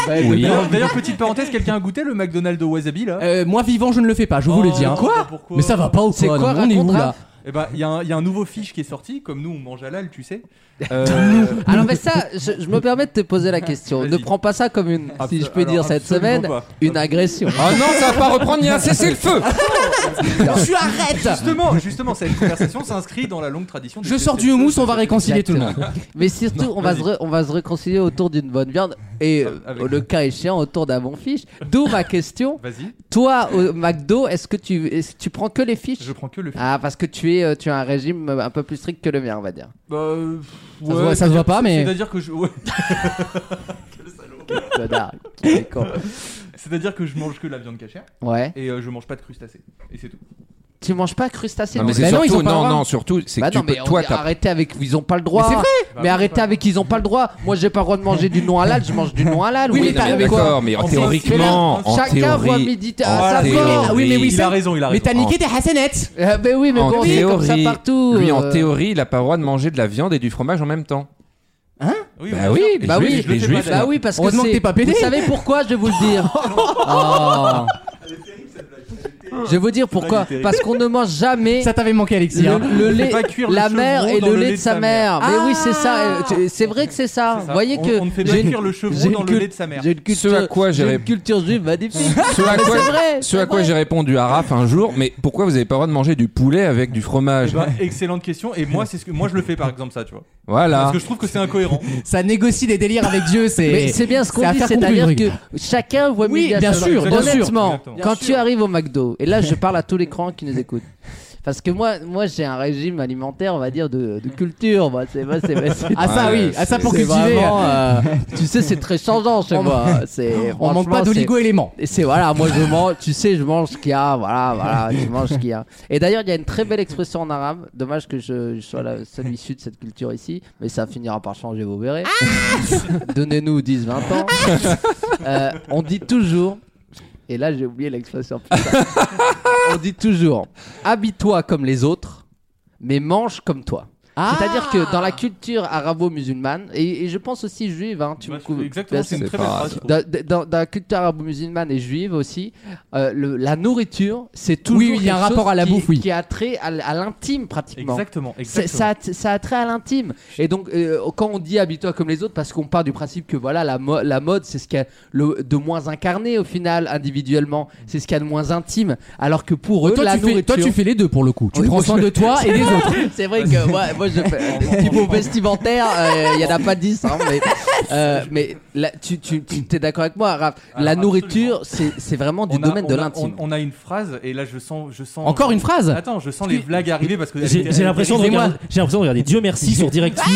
Oui. D'ailleurs, d'ailleurs, petite parenthèse, quelqu'un a goûté le McDonald's de Wasabi là Oh, euh, moi vivant je ne le fais pas, je vous le dis. hein. Pourquoi Mais ça va pas ou quoi, C'est quoi, non, On est où raconte, là Eh ben, il y, a un- il y a un nouveau fiche qui est sorti, comme nous on mange halal, tu sais. Euh, Alors, mais ça, je, je me permets de te poser la question. Vas-y. Ne prends pas ça comme une, Ah, Abso- si je peux alors, dire cette absolument semaine, pas. une agression. Ah non, ça va pas reprendre ni un cessez-le-feu. Ah, Tu arrêtes Justement, justement, cette conversation s'inscrit dans la longue tradition. Je sors du houmous, on va réconcilier tout le monde. Mais surtout, on, va se vas-y. re- on va se réconcilier autour d'une bonne viande et euh, Avec- le cas échéant autour d'un bon fiche. D'où ma question. Vas-y, Toi, au McDo, est-ce que tu, est-ce que tu prends que les fiches je prends que le. Ah, parce que tu es, euh, tu as un régime euh, un peu plus strict que le mien, on va dire. Bah, euh, se voit- ça se voit pas, mais- C'est-à-dire que je, ouais. Connard, tu es con. c'est-à-dire que je mange que la viande cachère Ouais. et euh, je mange pas de crustacés et c'est tout. Tu manges pas crustacés Non, mais toi Ben c'est non, ils ont pas surtout, le non, droit. non, surtout, c'est Bah que non, tu mais peux, on toi, dit t'as arrêtez avec, ils ont pas le droit. Mais c'est vrai. Mais arrêtez avec, ils ont pas le droit. Moi, j'ai pas le droit de manger du non halal, je mange du non halal. Oui, mais non, t'as- mais quoi D'accord, mais en On théoriquement, en Chacun voit théorie, midi à en sa théorie, porte. Ah oui, mais oui, Il ça- a raison, il a Mais raison. t'as niqué tes hassanettes Euh, ben oui, mais en bon, c'est comme théorie, ça partout. lui, en euh. théorie, il a pas le droit de manger de la viande et du fromage en même temps. Oui, Bah oui, bien sûr. les bah juifs, oui, les je le fais juifs, pas, Bah oui, parce que Heureusement que c'est- t'es pas pédé. Vous savez pourquoi je vais vous le dire. Oh. Je vais vous dire pourquoi. terrible. Parce qu'on ne mange jamais Ça t'avait manqué, Alexis. hein. le, le lait, pas cuire le la mère chevreau et dans le lait de sa mère. Mais oui, c'est ça. euh, tu- C'est vrai que c'est Ah ça. C'est Vous ça. voyez On- que on ne fait pas j'ai une- cuire le chevreau j'ai dans une le lait cul- de sa mère. J'ai une culture, à quoi j'ai j'ai une rép- culture juive bah, magnifique. Ce à quoi, Ah, c'est vrai, ce c'est à quoi vrai. j'ai répondu à Raph un jour, mais pourquoi vous avez pas le droit de manger du poulet avec du Eh fromage ben, excellente question. Et moi, c'est ce que moi je le fais par exemple ça, tu vois. Voilà. Parce que je trouve que Ah. c'est incohérent. Ça négocie des délires avec Dieu, Mais c'est. c'est bien ce qu'on c'est à dit, faire c'est-à-dire conclure. que chacun voit Oui, midi à bien sa sûr, sauce. bien sûr. Honnêtement, Exactement. quand tu arrives au McDo, et là je parle à tous les crans qui nous écoutent. Parce que moi, moi j'ai un régime alimentaire, on va dire, de, de culture. Moi, c'est, moi, c'est, c'est- Ah ça Ouais, oui, ah ça pour c'est cultiver. vraiment, euh, tu sais, c'est très changeant chez moi. C'est, On manque pas franchement, c'est- d'oligo-éléments. et c'est voilà, moi je mange, tu sais, je mange ce qu'il y a, voilà, voilà, je mange ce qu'il y a. Et d'ailleurs, il y a une très belle expression en arabe, dommage que je, je sois la seule issue de cette culture ici, mais ça finira par changer, vous verrez. Donnez-nous 10-20 ans. Euh, on dit toujours, et là j'ai oublié l'expression, putain. on dit toujours, habille-toi comme les autres, mais mange comme toi. C'est-à-dire que dans la culture arabo-musulmane, et, et je pense aussi juive, hein, tu Bah, me coupes- Exactement, c'est une c'est très belle pas- phrase. je trouve. dans, dans- dans la culture arabo-musulmane et juive aussi, euh, le- la nourriture, c'est toujours. Oui, oui, il y a quelque un rapport chose à la qui- bouffe, oui. Qui a trait à, l- à l'intime, pratiquement. Exactement, C'est- exactement. Ça, a- ça a trait à l'intime. Et donc, euh, quand on dit habille-toi comme les autres, parce qu'on part du principe que voilà, la, mo- la mode, c'est ce qu'il y a le- de moins incarné au final, individuellement. C'est ce qu'il y a de moins intime. Alors que pour eux, Toi, la tu fais, nourriture. toi, tu fais les deux pour le coup. Tu Oui, prends moi, soin je- de toi et des autres. C'est vrai que moi, moi je fais. Niveau vestimentaire, il y en a pas 10, hein, mais, euh, mais là, tu, tu, tu es d'accord avec moi, Raph. La absolument. nourrition, c'est c'est vraiment du On a- domaine de on a- l'intime. On, on a une phrase, et là je sens. Je sens Encore une phrase. Attends, je sens les blagues arriver parce que. J'ai j'ai l'impression de regarder, j'ai l'impression de regarder Dieu merci sur DirecTV.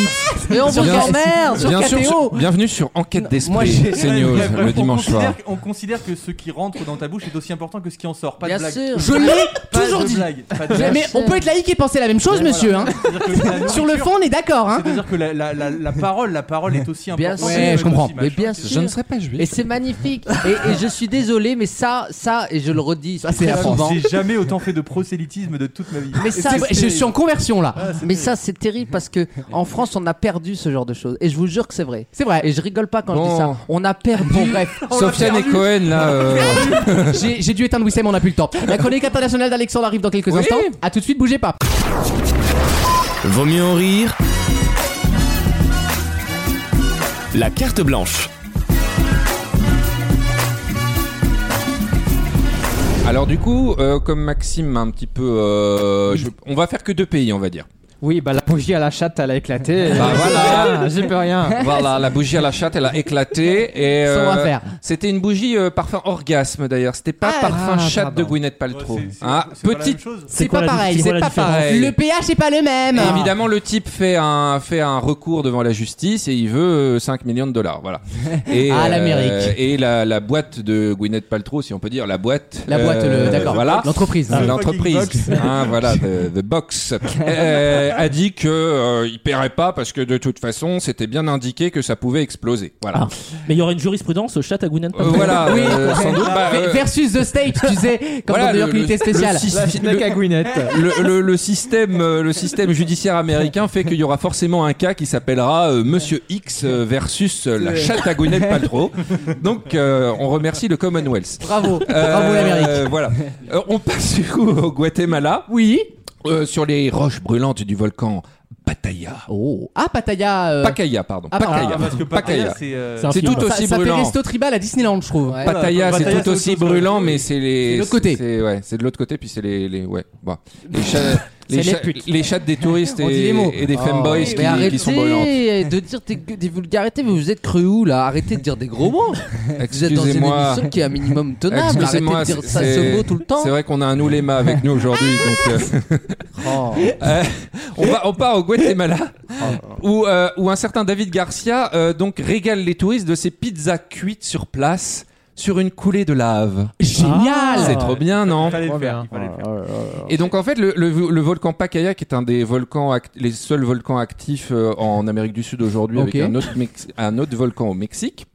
Mais on vous Bien- emmerde Bien sûr, sur- bienvenue sur Enquête moi, d'esprit, j'ai- c'est News, Ouais, vraiment, le dimanche on soir. considère, On considère que ce qui rentre dans ta bouche est aussi important que ce qui en sort. Pas Bien de blague. sûr. Je l'ai Pas toujours de dit. blague, pas de Mais- blague. Mais on peut être laïque et penser la même chose, monsieur. hein. C'est-à-dire que la Sur le nourriture, fond, on est d'accord. hein. C'est-à-dire que la, la, la, la parole, la parole est aussi Bien importante. sûr. que Ouais, je le comprends. petit Mais machin. bien Je ne sûr. serais pas Et juif. c'est magnifique. Et, et je suis désolé, mais ça, ça, et je le redis Ah, c'est très la France. souvent. J'ai jamais autant fait de prosélytisme de toute ma vie. Mais ça, C'est vrai, je suis en conversion là. mais ça, c'est terrible parce que en France, on a perdu ce genre de choses. Et je vous jure que c'est vrai. C'est vrai. Et je rigole pas quand je dis Bon. ça. On a perdu. Bref, Sofiane et Cohen, là. euh, j'ai j'ai dû éteindre Wissem, on n'a plus le temps. La chronique internationale d'Alexandre arrive dans quelques Oui. instants. À tout de suite, bougez pas. Vaut mieux en rire. La carte blanche. Alors, du coup, euh, comme Maxime m'a un petit peu. euh, je- On va faire que deux pays, on va dire. Oui, bah la bougie à la chatte, elle a éclaté. Bah, Ah, voilà. J'ai plus rien. Voilà, la bougie à la chatte, elle a éclaté. Et, Ça, on va euh, faire. C'était une bougie euh, parfum orgasme d'ailleurs. C'était pas Ah, parfum ah, chatte pardon. de Gwyneth Ouais, Paltrow. c'est- c'est- Ah, c'est pas la même petite. chose. C'est quoi pas la- pareil, c'est quoi c'est la pas différence pareil. Le pH est pas le même. Et évidemment, le type fait un, fait un recours devant la justice et il veut euh, 5 millions de dollars. Voilà. Et, Ah, euh, l'Amérique. et la, la boîte de Gwyneth Paltrow, si on peut dire, la boîte. La boîte, euh, le- d'accord. Voilà. L'entreprise. Euh, Ah, L'entreprise, hein, voilà, the, the box, euh, a dit que euh, il paierait pas parce que de toute façon, c'était bien indiqué que ça pouvait exploser. Ah. Voilà. Mais il y aura une jurisprudence chat à Gwyneth Euh, Paltrow. voilà. Oui. euh, sans doute. bah, euh, Versus The State, tu sais, comme voilà, dans New York le- Unité le- Spéciale. le six- La fille de le- cagouinette. le, le- le système, euh, le système judiciaire américain fait qu'il y aura forcément un cas qui s'appellera euh, Monsieur X euh, versus euh, la chatte à Gwyneth Paltrow. Donc, euh, on remercie le Commonwealth. Bravo, Euh, bravo l'Amérique. euh, voilà. Euh, on passe du coup au Guatemala, Oui. euh, sur les roches brûlantes du volcan Pataya. Oh. Ah, Pataya. euh, Pacaya, pardon. Ah, pardon. Pacaya. Ah, parce que Pacaya, Pacaya. c'est. euh, C'est un C'est film. tout ça, aussi ça fait brûlant. resto tribal à Disneyland, je trouve. Ouais. Pataya, Pataya, c'est tout c'est aussi autre chose. brûlant, mais c'est les. C'est de l'autre côté. C'est ouais, c'est de l'autre côté, puis c'est les, les ouais, bah, les chats, les, les chats- putes. les chattes des touristes On dit et, les mots. et des femboys Ah Mais qui, arrêtez qui sont brûlantes. de dire des, des vulgarités, mais vous êtes cru où là Arrêtez de dire des gros mots. Vous êtes dans une Excusez-moi. émission qui est un minimum tenable. Arrêtez Excusez-moi, de dire ça, ce mot tout le temps. c'est vrai qu'on a un ouléma avec nous aujourd'hui, donc euh, Oh. euh, on, va, on part au Guatemala Ah. où, euh, où un certain David Garcia euh, donc régale les touristes de ses pizzas cuites sur place sur une coulée de lave. Génial. Ah. C'est trop bien, non fallait le Trop faire, bien. il fallait le faire. Et donc en fait le, le, le volcan Pacaya qui est un des volcans act- les seuls volcans actifs euh, en Amérique du Sud aujourd'hui Ok. avec un autre Mex- un autre volcan au Mexique.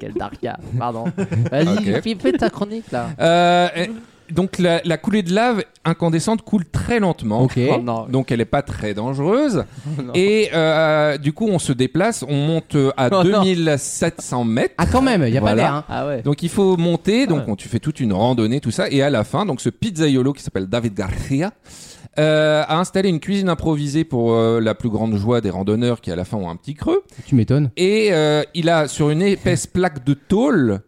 Quel darkia. Pardon. Vas-y, Ok. fais- fais ta chronique là. Euh, et donc la, la coulée de lave incandescente coule très lentement. Ok. Oh, non. Oh Donc elle est pas très dangereuse. et euh, du coup on se déplace, on monte à Oh, non. 2700 mètres. Ah, Eh, quand même, il y a pas Voilà. l'air. hein. Ah ouais. Donc il faut monter, donc on- tu fais toute une randonnée, tout ça, et à la fin, donc ce pizzaiolo qui s'appelle David Garcia euh, a installé une cuisine improvisée pour euh, la plus grande joie des randonneurs qui à la fin ont un petit creux, Tu m'étonnes. et euh, il a sur une épaisse plaque de tôle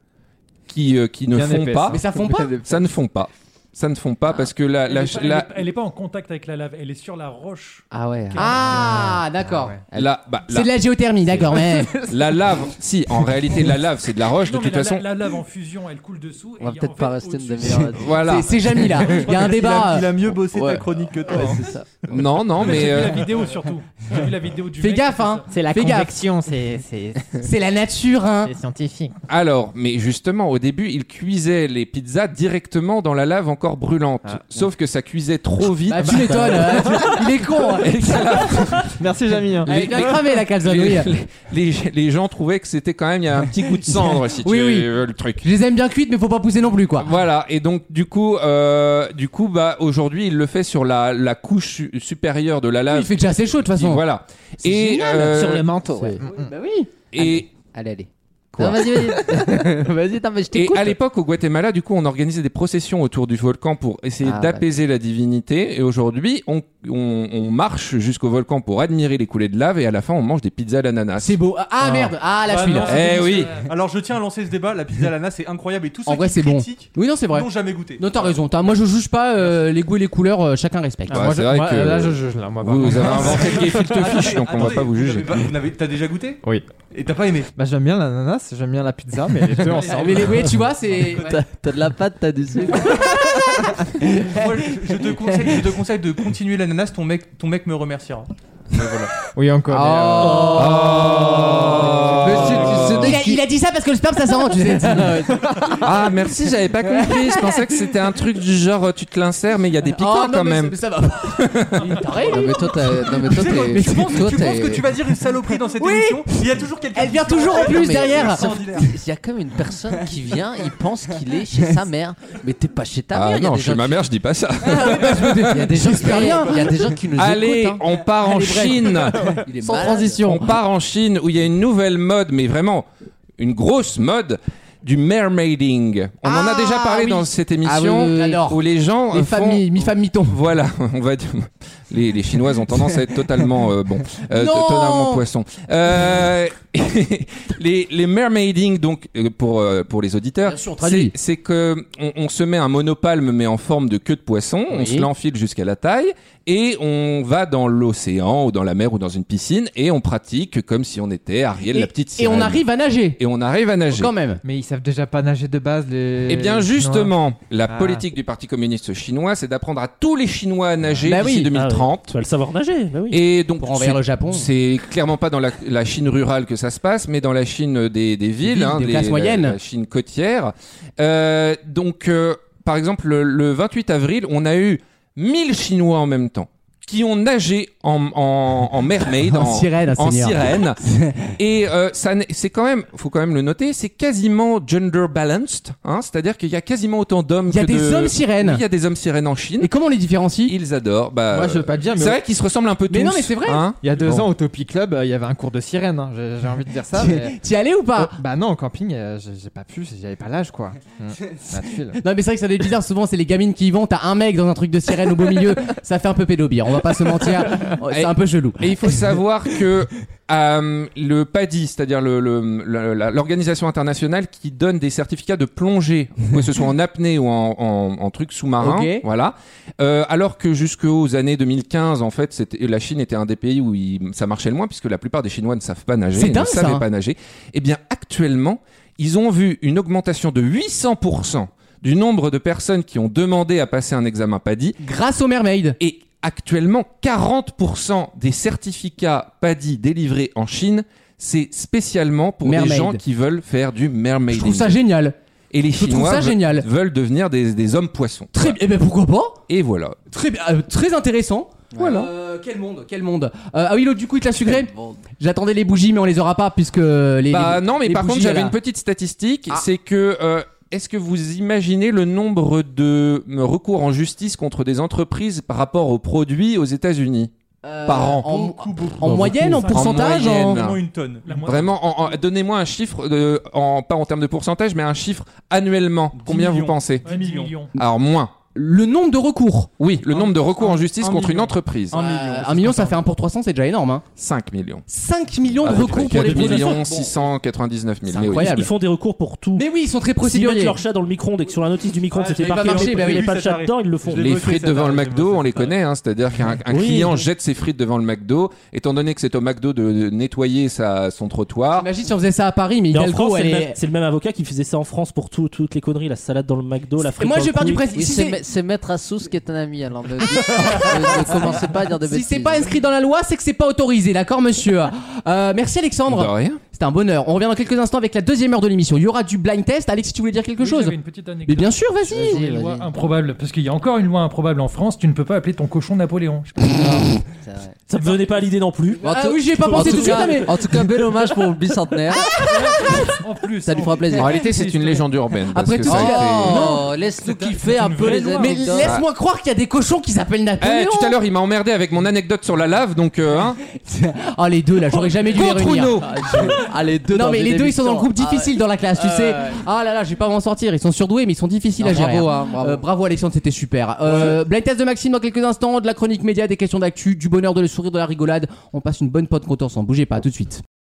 qui, euh, qui ne Bien font épaisse, pas, hein. Mais ça fond pas. ça ne fond pas. Ça ne fond pas parce que la, Elle la, est pas- elle la- est- elle est pas en contact avec la lave, elle est sur la roche. Ah ouais. Ah, d'accord. la- bah, C'est de la géothermie, d'accord, mais. la lave, si, en réalité, la lave, c'est de la roche, Non, de mais toute la, façon. la- la lave en fusion, elle coule dessous. On va et peut-être en pas fait, rester une au-dessus- demi-heure là-dessus. Voilà. C'est- C'est Jamy là. Il y a un débat. euh, Il a mieux bossé Ouais. ta chronique que toi. Ouais, hein. c'est ça. Non, non, J'ai mais. vu euh, la vidéo surtout. J'ai vu la vidéo du. Fais mec gaffe, qui fait hein. ça. C'est la Fais gaffe. convection, c'est c'est- C'est la nature, hein. c'est scientifique. Alors, mais justement, au début, il cuisait les pizzas directement dans la lave encore brûlante. Ah, Sauf que ça cuisait trop vite. Bah, tu m'étonnes. hein. Il est con. hein. Et que ça- Merci Jamy. hein. Elle est bien cramée la calzone. les, les- les gens trouvaient que c'était quand même il y a un petit goût de cendre si tu Oui, oui. veux le truc. Je les aime bien cuites, mais faut pas pousser non plus, quoi. Voilà et donc du coup euh, du coup bah aujourd'hui il le fait sur la, la couche su- supérieure de la lave Il fait déjà assez chaud, de toute façon. voilà C'est génial, euh, sur le manteau. C'est- Bah oui. et Allez, allez. Non, vas-y, vas-y. vas-y, non, mais je Et t'écoute. à l'époque, au Guatemala, du coup, on organisait des processions autour du volcan pour essayer Ah, d'apaiser la divinité. Et aujourd'hui, on, on- on marche jusqu'au volcan pour admirer les coulées de lave. Et à la fin, on mange des pizzas à l'ananas. C'est beau. Ah, merde. Ah, là, Ah je suis non, là. c'est Eh juste, oui. euh, Alors je tiens à lancer ce débat, la pizza à l'ananas c'est incroyable et tous ceux En vrai, qui c'est bon. critiquent Oui, non, c'est vrai. n'ont jamais goûté. Non, t'as raison. t'as- Moi, je juge pas euh, les goûts et les couleurs. euh, chchacun respecte. Ouais, c'est vrai que Là, je juge, là, moi, par vous, vous contre. avez inventé le gefilte fiche, donc on va Attendez, pas vous n'avez juger. pas- vous n'avez- T'as déjà goûté Oui. Et t'as pas aimé Bah, j'aime bien l'ananas, j'aime bien la pizza, mais les deux ensemble. Euh, Mais les, oui, tu vois, c'est. T'as- T'as de la pâte, t'as du sucre. Moi, je, je te conseille, je te conseille de continuer l'ananas, ton mec, ton mec me remerciera. Oui, encore. Oh. Oh. Monsieur, tu sais Il a, il a dit ça parce que le sperme, ça sent, tu sais. Ah, merci, j'avais pas compris. Je pensais que c'était un truc du genre, euh, tu te l'insères, mais il y a des piquants Oh, non, quand mais même. c'est- Ça va pas. Il est taré, Non, lui. mais toi, t'as- non, mais toi, t'es. Tu penses, toi, tu t'es- penses que tu vas dire une saloperie dans cette Oui. émission Il y a toujours quelqu'un Elle qui vient dit- toujours en Non, plus mais- derrière. sauf- Il y a comme une personne qui vient, il pense qu'il est chez sa mère. Mais t'es pas chez ta mère. Ah il y a non, des chez gens ma qui- mère, je dis pas ça. Il y a des gens qui rien. Il y a des gens qui nous Allez, écoutent. on part en Chine. hein. Il est Sans malade. transition. On part en Chine où il y a une nouvelle mode, mais vraiment une grosse mode du mermaiding. On en a Ah, déjà parlé oui. dans cette Ah oui, émission oui, oui. J'adore. où les gens Les euh, femmes, font mi- mi-femmes, mi-ton. voilà, on va dire. Les, les Chinoises ont tendance à être totalement euh, bon, euh, Non totalement poisson. Euh, les, les mermaiding, donc euh, pour euh, pour les auditeurs, Bien sûr, on c'est traduit. c'est que on, on se met un monopalme mais en forme de queue de poisson, on Oui. se l'enfile jusqu'à la taille et on va dans l'océan ou dans la mer ou dans une piscine et on pratique comme si on était Ariel Et- la petite Et sirène. on arrive à nager. et on arrive à nager. Quand même. Mais ils savent déjà pas nager de base, les. Eh Euh, bien les Chinois. justement, la Ah. politique du Parti communiste chinois, c'est d'apprendre à tous les Chinois à nager Bah d'ici oui. Ah, 2030. Tu vas le savoir nager. Bah oui. Et donc, Pour envahir c'est- le Japon. C'est clairement pas dans la, la Chine rurale que ça se passe, mais dans la Chine des, des villes, villes, hein, des les- classes la- moyennes. La, Chine côtière. Euh, donc, euh, par exemple, le, le 28 avril, on a eu 1000 Chinois en même temps qui ont nagé en, en, en mermaid, En sirène, hein, en Seigneur. sirène. Et euh, ça, n'est- c'est quand même, faut quand même le noter, c'est quasiment gender balanced, hein, c'est-à-dire qu'il y a quasiment autant d'hommes. Il y a que des de- hommes sirènes. Oui, Il y a des hommes sirènes en Chine. Et comment on les différencie Ils adorent. Bah, Moi, je veux pas le dire, mais. c'est vrai qu'ils se ressemblent un peu tous. Mais non, mais c'est vrai. hein. Il y a deux Bon. ans au Topi Club, euh, il y avait un cours de sirène. hein. J'ai j'ai envie de dire ça. mais- T'y allais ou Ah. pas Oh, bah non, en camping, euh, j'ai j'ai pas pu, j'avais pas l'âge quoi. Mm. La tuile. Non mais c'est vrai que ça doit être bizarre, souvent c'est les gamines qui y vont, t'as un mec dans un truc de sirène au beau milieu, ça fait un peu pédobire, on va pas se mentir, c'est un peu chelou. Et il faut savoir que euh, le PADI, c'est-à-dire le- le- le- la- l'organisation internationale qui donne des certificats de plongée, que ce soit en apnée ou en, en- en truc sous-marin, Ok. voilà. Euh, alors que jusqu'aux années 2015, en fait, c'était- la Chine était un des pays où il- ça marchait le moins, puisque la plupart des Chinois ne savent pas nager, C'est et ne dingue, ça, savaient hein. pas nager. Eh bien, actuellement, ils ont vu une augmentation de 800% du nombre de personnes qui ont demandé à passer un examen PADI Grâce aux mermaids. et actuellement, 40% des certificats PADI délivrés en Chine, c'est spécialement pour les Mermaid. gens qui veulent faire du mermaid. Je trouve ça génial. Et les Je trouve Chinois ça ve- génial. veulent devenir des, des hommes poissons. Très bien, eh ben pourquoi pas Et voilà. Très bien, euh, très intéressant. Voilà. quel monde, quel monde. Euh, ah oui, l'autre du coup il te l'a sucré. J'attendais les bougies mais on les aura pas puisque les. bah non, mais les par contre, bougies, j'avais là. une petite statistique, Ah. c'est que euh, est-ce que vous imaginez le nombre de euh, recours en justice contre des entreprises par rapport aux produits aux États-Unis Euh, par an. En, Beaucoup, beaucoup. en moyenne, en En pourcentage, en- moyenne. Vraiment une tonne. La moitié. Vraiment, en- en- donnez-moi un chiffre, de, en, pas en termes de pourcentage, mais un chiffre annuellement. Combien vous millions. pensez Ouais, 10 millions. Alors moins. le nombre de recours. Oui, le nombre de recours en justice contre une entreprise. Euh, un million, ça fait 1 pour 300, c'est déjà énorme. Hein. 5 millions. 5 millions de Avec recours pour quatre les millions procédures. 699 000. C'est mais oui. incroyable. Ils font des recours pour tout. Mais oui, ils sont très S'ils mettent procéduriers. leur chat dans le micro-ondes et que sur la notice du micro-ondes Ah, c'était ça avait marqué pas marché, bah oui. il n'y a pas de Ça chat arrive. dedans, ils le font. Les frites devant le McDo, on les connaît, hein, c'est-à-dire qu'un un Oui. client jette ses frites devant le McDo, étant donné que c'est au McDo de de nettoyer sa, son trottoir. Imagine si on faisait ça à Paris, mais Mais en Hidalgo, France, c'est elle le, même, est. c'est le même avocat qui faisait ça en France pour tout- toutes les conneries, la salade dans le McDo, la frite. moi, dans je le pars du couille. principe. Oui, si c'est c'est- ma- c'est Maître Assous qui est un ami, alors ne, ne- ne commencez pas à dire des Si bêtises. c'est pas inscrit dans la loi, c'est que c'est pas autorisé, d'accord, monsieur Euh, Merci De Alexandre. rien. C'était un bonheur. On revient dans quelques instants avec la deuxième heure de l'émission. Il y aura du blind test. Alex, si tu voulais dire quelque Oui, chose. j'avais une petite anecdote. Mais bien sûr, vas-y. Sur les vas-y. lois improbables, parce qu'il y a encore une loi improbable en France, tu ne peux pas appeler ton cochon Napoléon. Je sais pas. C'est vrai. Ça me venait pas à l'idée non plus. En Ah tout- oui, j'y ai pas en pensé tout tout de suite, cas- mais. En tout cas, bel hommage pour le bicentenaire. En plus, Ça lui fera plaisir. En réalité, c'est une légende urbaine. parce Après que tout, ça a c'est- été- Oh, laisse-nous kiffer un peu vraie les loi. Ah, Mais anecdotes. laisse-moi croire qu'il y a des cochons qui s'appellent Eh, Napoléon. tout à l'heure, il m'a emmerdé avec mon anecdote sur la lave, donc euh, hein. Oh, les deux là, j'aurais jamais dû les Contre réunir. Uno. Ah, les deux Non, dans mais le les deux ils sont dans le début. groupe difficile dans la classe, tu Ah, sais. ouais. Ah là là, je vais pas m'en sortir. Ils sont surdoués, mais ils sont difficiles Non, à gérer. bravo, hein. hein, bravo. Euh, bravo Alexandre, c'était super. Euh, Blind test de Maxime dans quelques instants, de la chronique média, des questions d'actu, du bonheur, de le sourire, de la rigolade. On passe une bonne pote contente sans bouger pas, à tout de suite.